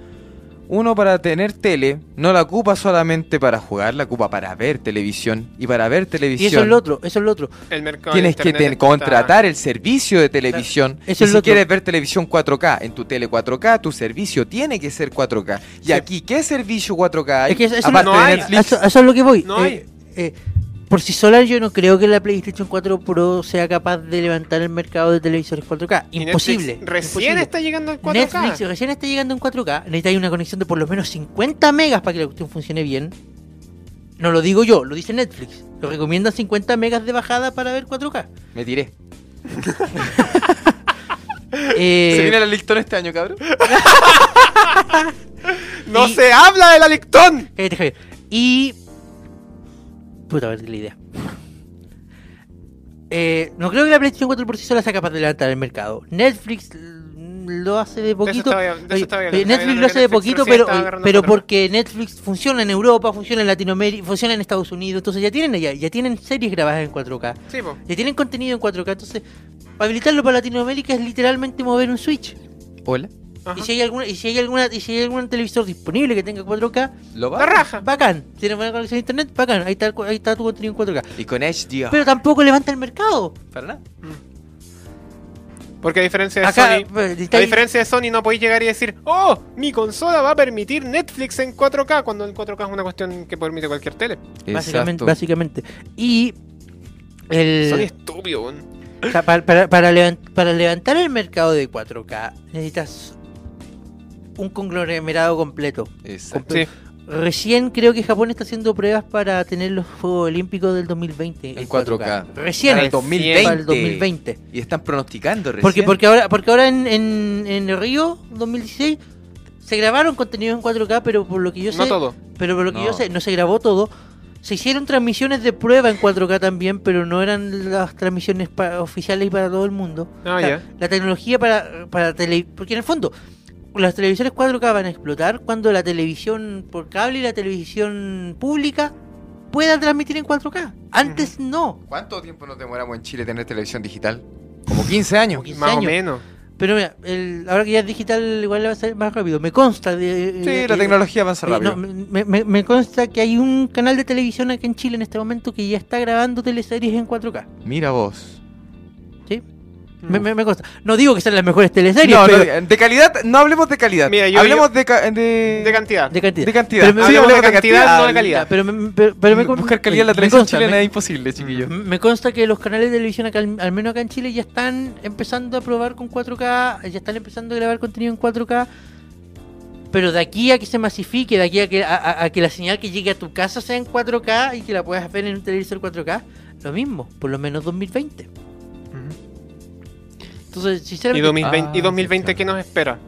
Uno para tener tele, no la ocupa solamente para jugar, la ocupa para ver televisión. Y para
Y
ver
eso es
televisión
lo otro, eso es lo otro.
El mercado de
tienes que
internet
te-
está-
contratar el servicio de televisión.
Eso
y
es lo
si
otro.
quieres ver televisión 4K en tu tele 4K, tu servicio tiene que ser 4K. Y
Sí.
aquí, ¿qué servicio 4K hay?
Es que eso- eso
Aparte
no- no
de
hay.
Netflix.
A eso, a eso es lo que voy.
No hay.
eh, por sí sola yo no creo que la PlayStation 4 Pro sea capaz de levantar el mercado de televisores 4K.
Y Netflix
Imposible.
Recién
imposible.
está llegando al 4K.
Netflix recién está llegando en 4K. Necesita una conexión de por lo menos 50 megas para que la cuestión funcione bien. No lo digo yo, lo dice Netflix. Lo recomiendan 50 megas de bajada para ver 4K.
Me tiré.
Eh,
¿Se viene la lectora este año, cabrón?
No
Y-
se habla del Alictón.
cállate, Este Javier. Y. Puta, perdí la idea. Eh, no creo que la PlayStation 4 por sí sola sea capaz de levantar el mercado. Netflix mm, lo hace de poquito.
estaba- de eso
Oye,
estaba
oye,
hablando, estaba
Netflix
viendo
lo
que
hace de
Netflix
poquito,
recién
pero,
estaba agarrando
pero
forma.
porque Netflix funciona en Europa, funciona en Latinoamérica, funciona en Estados Unidos, entonces ya tienen ya, ya tienen series grabadas en 4K,
Sí, po.
ya tienen contenido en 4K, entonces habilitarlo para Latinoamérica es literalmente mover un switch.
Hola.
Ajá.
Y si hay alguna y si hay alguna y si hay algún televisor disponible que tenga 4K,
¿Lo
La
va?
raja.
bacán, tienes buena conexión a internet, bacán, ahí está, el cu- ahí está tu contenido en 4K.
Y con
Ah.
HDR.
Pero tampoco levanta el mercado.
Para nada.
Porque a diferencia de
Acá
Sony.
pues,
A
está-
diferencia de Sony no podéis llegar y decir, oh, mi consola va a permitir Netflix en 4K, cuando el 4K es una cuestión que permite cualquier tele.
básicamente,
Exacto.
básicamente. Y
Sony
el,
es estúpido, weón.
O sea, para, para- para levan- para levantar el mercado de 4K necesitas un conglomerado completo.
Exacto.
Sí.
Recién creo que Japón está haciendo pruebas para tener los Juegos Olímpicos del 2020
En 4K.
Recién
Para el 2020.
para el 2020.
Y están pronosticando recién.
Porque, porque ahora, porque ahora en, en, en Río 2016 se grabaron contenidos en 4K, pero por lo que yo sé,
No todo.
pero por lo que
No.
yo sé, no se grabó todo. Se hicieron transmisiones de prueba en 4K también, pero no eran las transmisiones pa- oficiales para todo el mundo.
Ah,
O sea,
ya.
La tecnología para, para tele... Porque en el fondo, las televisiones 4K van a explotar cuando la televisión por cable y la televisión pública pueda transmitir en 4K. Antes no.
¿Cuánto tiempo nos demoramos en Chile tener televisión digital? Como 15 años.
Como 15
Más o
años.
menos.
Pero mira, el- ahora que ya es digital igual le va a ser más rápido. Me consta eh, de...
Sí,
de-
la
de-
tecnología avanza
Oye,
rápido.
eh, no, me, me- me consta que hay un canal de televisión aquí en Chile en este momento que ya está grabando teleseries en 4K.
Mira vos.
Me, me- me consta. No digo que sean las mejores teleseries,
No, no,
pero
de calidad, no hablemos de calidad.
Mira, yo-
hablemos de, ca- de-
De cantidad.
de cantidad.
de cantidad.
Pero me-
Sí,
Hablemos
hablemos
de cantidad, no de calidad.
Pero me, pero- pero me con-
Buscar calidad en
me
la televisión
consta,
chilena
me- Mm.
es imposible, chiquillo.
M- Me consta que los canales de televisión, acá, al al menos acá en Chile, ya están empezando a probar con 4K, ya están empezando a grabar contenido en 4K. Pero de aquí a que se masifique, de aquí a que, a, a- a que la señal que llegue a tu casa sea en 4K y que la puedas ver en un televisor 4K, lo mismo, por lo menos 2020. Entonces,
¿Y
sinceramente,
2020, y
Ah,
2020
sí,
qué nos espera?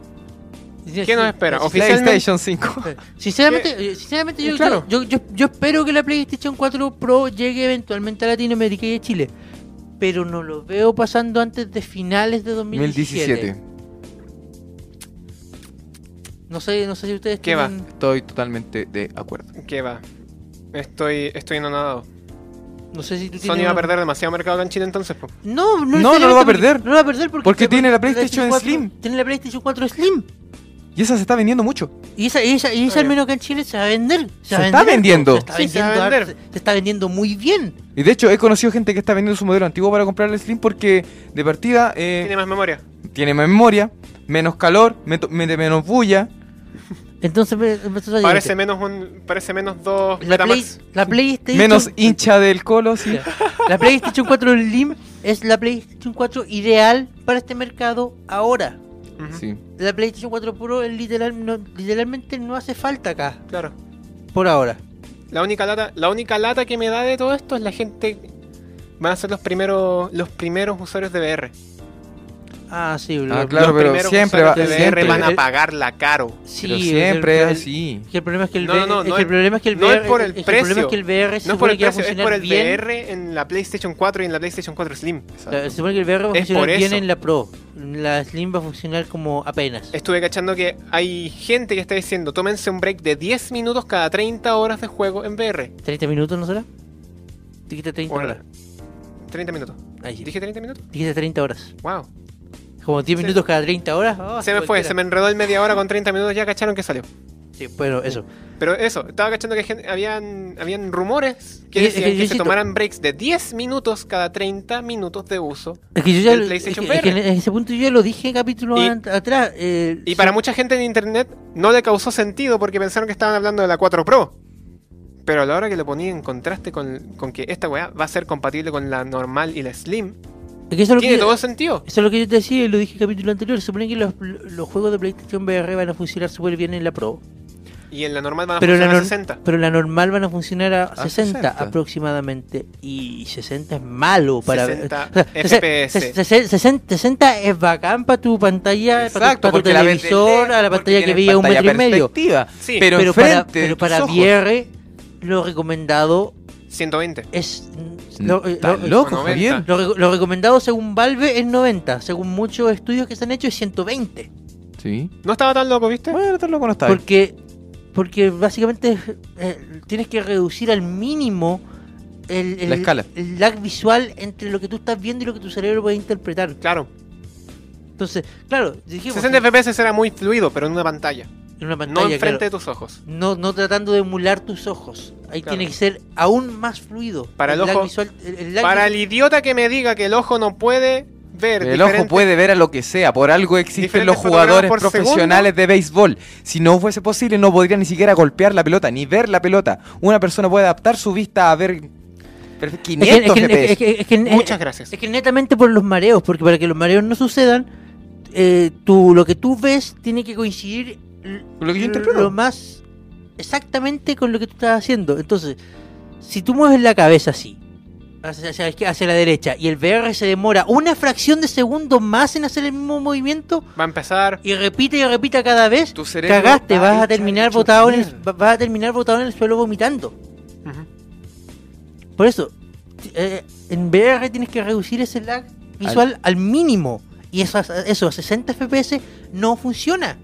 sin-
¿qué nos
sin-
espera?
sin-
Oficialmente-
PlayStation 5.
Sinceramente, eh, sinceramente yo,
Claro.
yo, yo- yo espero que la PlayStation 4 Pro llegue eventualmente a Latinoamérica y a Chile. Pero no lo veo pasando antes de finales de 2017.
2017.
No sé, no sé si ustedes
¿Qué va?
tienen-
Estoy totalmente de acuerdo.
¿Qué va? Estoy, estoy anonadado.
No sé si tú
Sony
tienes-
va a perder demasiado mercado acá en Chile entonces, pues.
No, no,
No, no lo va
necesariamente,
a
porque-
perder.
No lo va a perder porque,
Porque tiene la PlayStation
4
Slim.
Tiene la PlayStation 4 Slim.
Y esa se está vendiendo mucho.
Y esa, y esa, y esa
Ah,
al
ya.
menos acá en Chile se va a vender. Se, va
Se
a
está
vender,
vendiendo.
Se está
Sí, se va
vendiendo,
a
harto,
vender.
se- se está vendiendo muy bien.
Y de hecho, he conocido gente que está vendiendo su modelo antiguo para comprar el Slim porque de partida eh,
Tiene más memoria.
tiene más memoria, menos calor, meto- me- de menos bulla.
Entonces, me- me- me-
Parece menos un. Parece menos dos
la, Play,
Betamax.
la PlayStation
Menos hincha del colo, sí.
Ya. La PlayStation 4 Slim es la PlayStation 4 ideal para este mercado ahora.
Ujú,
Sí.
La PlayStation 4 Pro es literal, no- literalmente no hace falta acá,
Claro.
por ahora.
La única lata, la única lata que me da de todo esto es la gente. Van a ser los primeros, los primeros usuarios de VR.
Ah, sí,
Ah,
lo-
claro,
los
pero
primeros
siempre va.
usuarios de
Siempre,
VR van a
El-
pagarla caro.
sí,
pero
el-
siempre
el-
es así.
que el problema es que el
No,
VR,
no, no,
es que
no
el
es-
problema es que el
no es
VR
por el
es que problema
precio.
es que el VR se
No es por
supone
el
que va a
precio, es
funcionar
por el
bien.
VR en la PlayStation 4 y en la PlayStation 4 Slim.
Eh,
Se supone que el VR va a
Es
funcionar
por eso.
bien en la Pro. La Slim va a funcionar como apenas.
Estuve cachando que hay gente que está diciendo, tómense un break de 10 minutos cada 30 horas de juego en VR.
30 minutos, ¿no será? Dijiste 30
Bueno,
horas.
30 minutos.
Ahí sí.
¿Dije 30 minutos?
Dijiste 30 horas.
Wow.
Como 10
Se-
minutos cada 30 horas. Ah,
se me fue,
cualquiera.
se me enredó en media hora con 30 minutos, ya cacharon que salió.
Sí, bueno, eso.
Pero eso, estaba cachando que gen- habían, habían rumores que
Eh,
decían
eh,
que se
Luisito.
tomaran breaks de 10 minutos cada 30 minutos de uso.
Es que yo ya
El
lo- es
PlayStation
que- es que en
VR.
ese punto yo ya lo dije en capítulo
Y-
an- atrás. eh,
Y
sí,
para mucha gente en internet no le causó sentido porque pensaron que estaban hablando de la 4 Pro. Pero a la hora que lo ponía en contraste con, con que esta weá va a ser compatible con la normal y la Slim,
es que eso es lo que
tiene
yo-
todo sentido.
Eso es lo que yo te decía y lo dije en el capítulo anterior. Se supone que los, los juegos de PlayStation VR van a funcionar súper bien en la Pro.
Y en la normal van a
Pero la,
funcionar a
nor-
60.
pero la normal van a funcionar a, 60,
60.
aproximadamente. Y 60 es malo para
60
o sea,
FPS.
se- se- se- 60, 60 es bacán para tu pantalla, para tu,
Exacto,
para tu
porque la ves de
televisor,
lejos,
a la
porque
pantalla que
tienen
veía un
pantalla
metro y medio.
perspectiva,
Sí,
Pero,
Pero para,
enfrente de
pero
tus
para
ojos.
VR, lo recomendado
120.
es.
Mm,
lo- eh,
¿Estás
lo-
loco,
90.
Javier?
lo re- lo recomendado según Valve es 90, según muchos estudios que se han hecho es 120.
Sí.
No estaba tan loco, ¿viste?
Bueno, tan loco no está.
Porque, porque básicamente eh, tienes que reducir al mínimo el, el-
La escala.
el lag visual entre lo que tú estás viendo y lo que tu cerebro puede interpretar.
Claro.
Entonces, claro, dijimos
60 FPS era muy fluido, pero en una pantalla.
en una pantalla,
no
claro,
enfrente de tus ojos.
no, no tratando de emular tus ojos. Ahí
Claro.
tiene que ser aún más fluido.
Para el
lag
ojo-
visual- el- el lag
Para
visual-
el idiota que me diga que el ojo no puede ver.
El ojo
diferente-
puede ver a lo que sea, por algo existen
Diferentes
los jugadores
fotogramas por
profesionales de béisbol. Si no fuese posible, no podría ni siquiera golpear la pelota, ni ver la pelota. Una persona puede adaptar su vista a ver perfe-
Es que-
500
es que-
FPS.
es que- es que-
Muchas gracias.
Es que netamente por los mareos, porque para que los mareos no sucedan, eh, tú, lo que tú ves tiene que coincidir l-
Con lo que yo interpreto.
lo más exactamente con lo que tú estás haciendo. Entonces, si tú mueves la cabeza así, hacia, hacia la izquier- hacia la derecha, y el VR se demora una fracción de segundo más en hacer el mismo movimiento,
Va a empezar.
y repite y repite cada vez,
Tu cerebro
cagaste,
está
vas a
hecha-
terminar
hecho
botado en el,
mierda.
va- vas a terminar botado en el suelo vomitando.
Ujú.
Por eso, t- eh, en VR tienes que reducir ese lag visual al, mínimo. Y eso, a- eso a 60 FPS no funciona.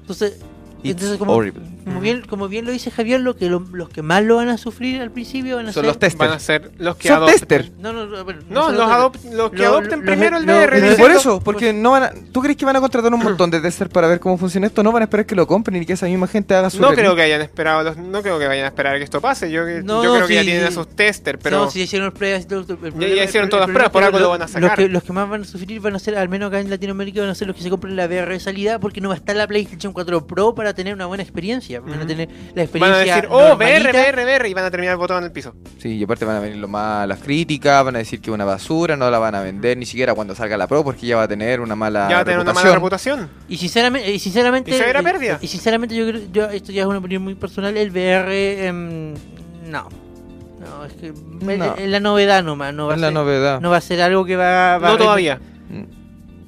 Entonces,
It's
entonces como,
horrible.
como bien, como bien lo dice Javier, lo que lo- los que más lo van a sufrir al principio van a
Son
ser...
los
Van a
testers.
ser los que
Son
adopten.
testers.
No, no, no, bueno,
No,
son
los,
testers.
adop- los que
Lo-
adopten
lo-
primero el
lo- lo-
VR.
Y
diciendo,
por eso,
pues.
porque no van a, ¿tú crees que van a contratar un montón de testers para ver cómo funciona esto? No van a esperar que lo compren y que esa misma gente haga su
No
review.
creo que hayan esperado, los- no creo que vayan a esperar a que esto pase. Yo,
No,
yo creo
sí,
que ya tienen
sí.
a sus testers, pero
No, si hicieron los pruebas, el- el problema-
ya hicieron
el-
todas
el
las
problema
pruebas,
es
por
que
algo lo
lo-
van a sacar.
Los que, los que más van a sufrir van a ser, al menos acá en Latinoamérica, van a ser los que se compren la VR de salida porque no va a estar la PlayStation 4 Pro para tener una buena experiencia. Van a
Ujú.
tener la
van
experiencia.
a decir, oh, VR,
normalita".
VR, VR, y van a terminar botado en el piso.
Sí, y aparte van a venir lo más las críticas, van a decir que es una basura, no la van a vender ni siquiera cuando salga la Pro porque ya va a tener una mala
ya va a tener una mala reputación.
Y sinceramente. Y sinceramente,
Y se verá
eh,
pérdida.
Y sinceramente, yo creo. yo- esto ya es una opinión muy personal. El VR. em, no. No, es que.
No.
Es la novedad nomás. No va,
Es
a
la
ser,
novedad. Mm.
no va a ser algo que va, va a
No todavía.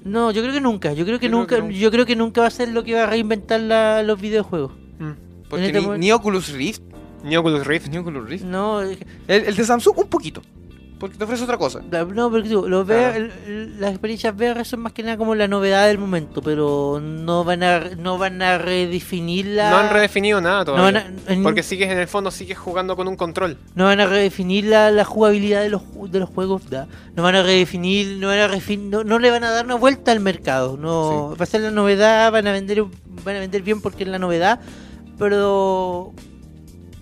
No, yo creo que nunca. Yo creo que
Yo creo
nunca.
que nunca.
yo creo que nunca va a ser lo que va a reinventar la- los videojuegos.
Porque
En este
ni,
momento-
ni Oculus Rift,
Ni Oculus Rift.
ni Oculus Rift.
No, es que-
El, el de Samsung un poquito, porque te ofrece otra cosa.
la- no, porque digo, los
Claro.
VR el- las experiencias VR son más que nada como la novedad del momento, pero no van a no van a redefinir la
No han redefinido nada
no van
todavía.
a, en-
Porque sigues en el fondo, sigues jugando con un control.
no van a redefinir la, la jugabilidad de los ju- de los juegos, da. no van a redefinir, no van a refin- no, no le van a dar una vuelta al mercado, no va a ser la novedad, van a vender van a vender bien porque es la novedad, pero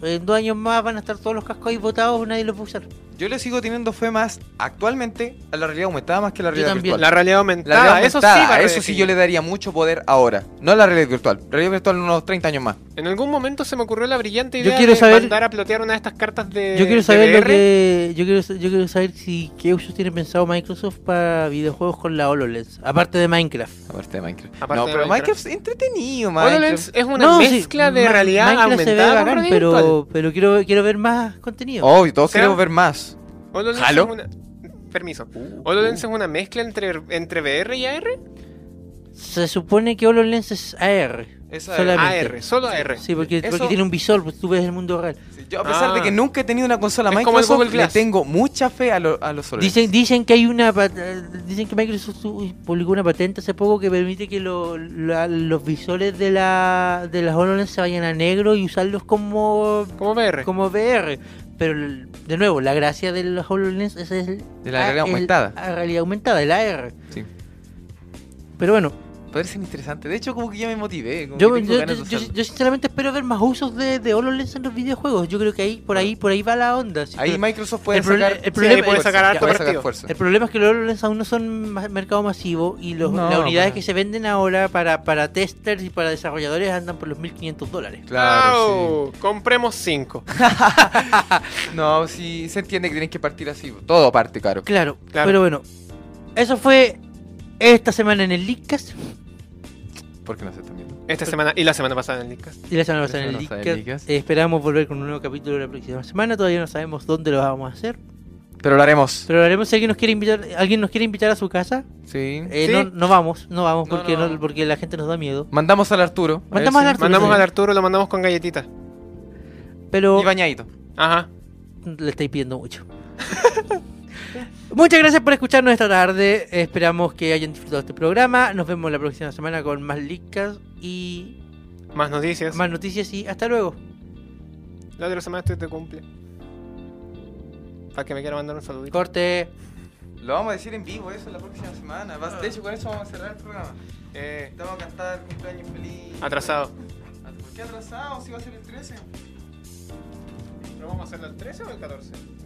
en dos años más van a estar todos los cascos ahí botados, nadie los va a usar.
Yo le sigo teniendo fe más actualmente a la realidad aumentada más que a la
Yo
realidad
también.
virtual.
La realidad
La
aumentada,
realidad
eso sí
aumentada,
va a
a eso sí yo le daría mucho poder ahora. No a la realidad virtual. Realidad virtual en unos 30 años más.
En algún momento se me ocurrió la brillante
Yo
idea
quiero
de
saber-
mandar a plotear una de estas cartas de
Yo quiero
de
saber lo
VR.
que yo quiero, sa- yo quiero saber si qué usos tiene pensado Microsoft para videojuegos con la HoloLens, aparte de Minecraft.
Aparte de Minecraft.
Aparte
no,
de
pero
Minecraft.
Minecraft es entretenido,
HoloLens
Minecraft.
es una
No, sí,
mezcla de
Ma-
realidad
Minecraft se ve
aumentada con
bacán,
realidad virtual. Oh.
pero pero quiero quiero ver más contenido.
Obvio, todos
O sea,
queremos ver más.
HoloLens
¿Halo?
es una... Permiso. HoloLens es una mezcla entre, entre VR y AR.
Se supone que HoloLens es AR.
Es AR.
solamente.
AR, solo AR.
Sí, porque, porque
Eso-
tiene un visor, pues tú ves el mundo real.
Sí, Yo a pesar
Ah.
de que nunca he tenido una consola
Es como el
Microsoft,
Google
le
Glass.
tengo mucha fe a, lo- a los HoloLens.
Dicen dicen que hay una pat- eh, dicen que Microsoft tu- publicó una patente hace poco que permite que lo- la- los visores de la de las HoloLens se vayan a negro y usarlos como
Como VR.
como VR. Pero el- de nuevo, la gracia de los HoloLens es el,
De la realidad
el-
aumentada.
La realidad aumentada, el AR.
Sí.
Pero bueno,
Parece muy interesante. De hecho, como que ya me motivé. como
Yo,
que tengo
yo-
ganas de
yo- yo-
usarlo.
yo sinceramente espero ver más usos de, de HoloLens en los videojuegos. Yo creo que ahí, por ahí, por ahí va la onda. sí,
Ahí
pero-
Microsoft puede
el proble-
sacar.
el
sí, ahí
problema-
puede
el-
sacar
ya,
harto
puede sacar
partido.
El problema es que los HoloLens aún no son ma- mercado masivo y los,
No,
las unidades
para-
que se venden ahora para, para testers y para desarrolladores andan por los 1500 dólares.
Claro,
Au, Compremos 5.
sí. No, sí, se entiende que tienes que partir así. Todo parte caro.
Claro,
Claro.
pero bueno, eso fue esta semana en el Leakcast
Porque no se está viendo.
Esta semana y la semana pasada en el Leadcast.
y la semana pasada en
La
el
semana pasada en
Leakcast.
el Leakcast.
Eh, esperamos volver con un nuevo capítulo la próxima semana. Todavía no sabemos dónde lo vamos a hacer,
Pero lo haremos.
pero lo haremos si alguien nos quiere invitar, alguien nos quiere invitar a su casa.
Sí.
Eh,
Sí.
no, no vamos, no vamos
No,
porque
no.
no- porque la gente nos da miedo.
Mandamos al Arturo.
Mandamos al Arturo.
Mandamos
sí.
al Arturo, lo mandamos con galletitas.
Pero
Y bañadito.
Ajá.
le estáis pidiendo mucho. Muchas gracias por escucharnos esta tarde. Esperamos que hayan disfrutado este programa. Nos vemos la próxima semana con más licas y
Más noticias.
más noticias y hasta luego.
La otra semana estoy de cumple. Para que me quiera mandar un saludito.
Corte.
Lo vamos a decir en vivo eso la próxima semana. Vas- De hecho, con eso vamos a cerrar el programa.
Eh,
Te vamos a cantar cumpleaños feliz.
atrasado.
¿Por qué atrasado? Si va a ser el 13.
¿Pero vamos a hacerlo el 13 o el 14?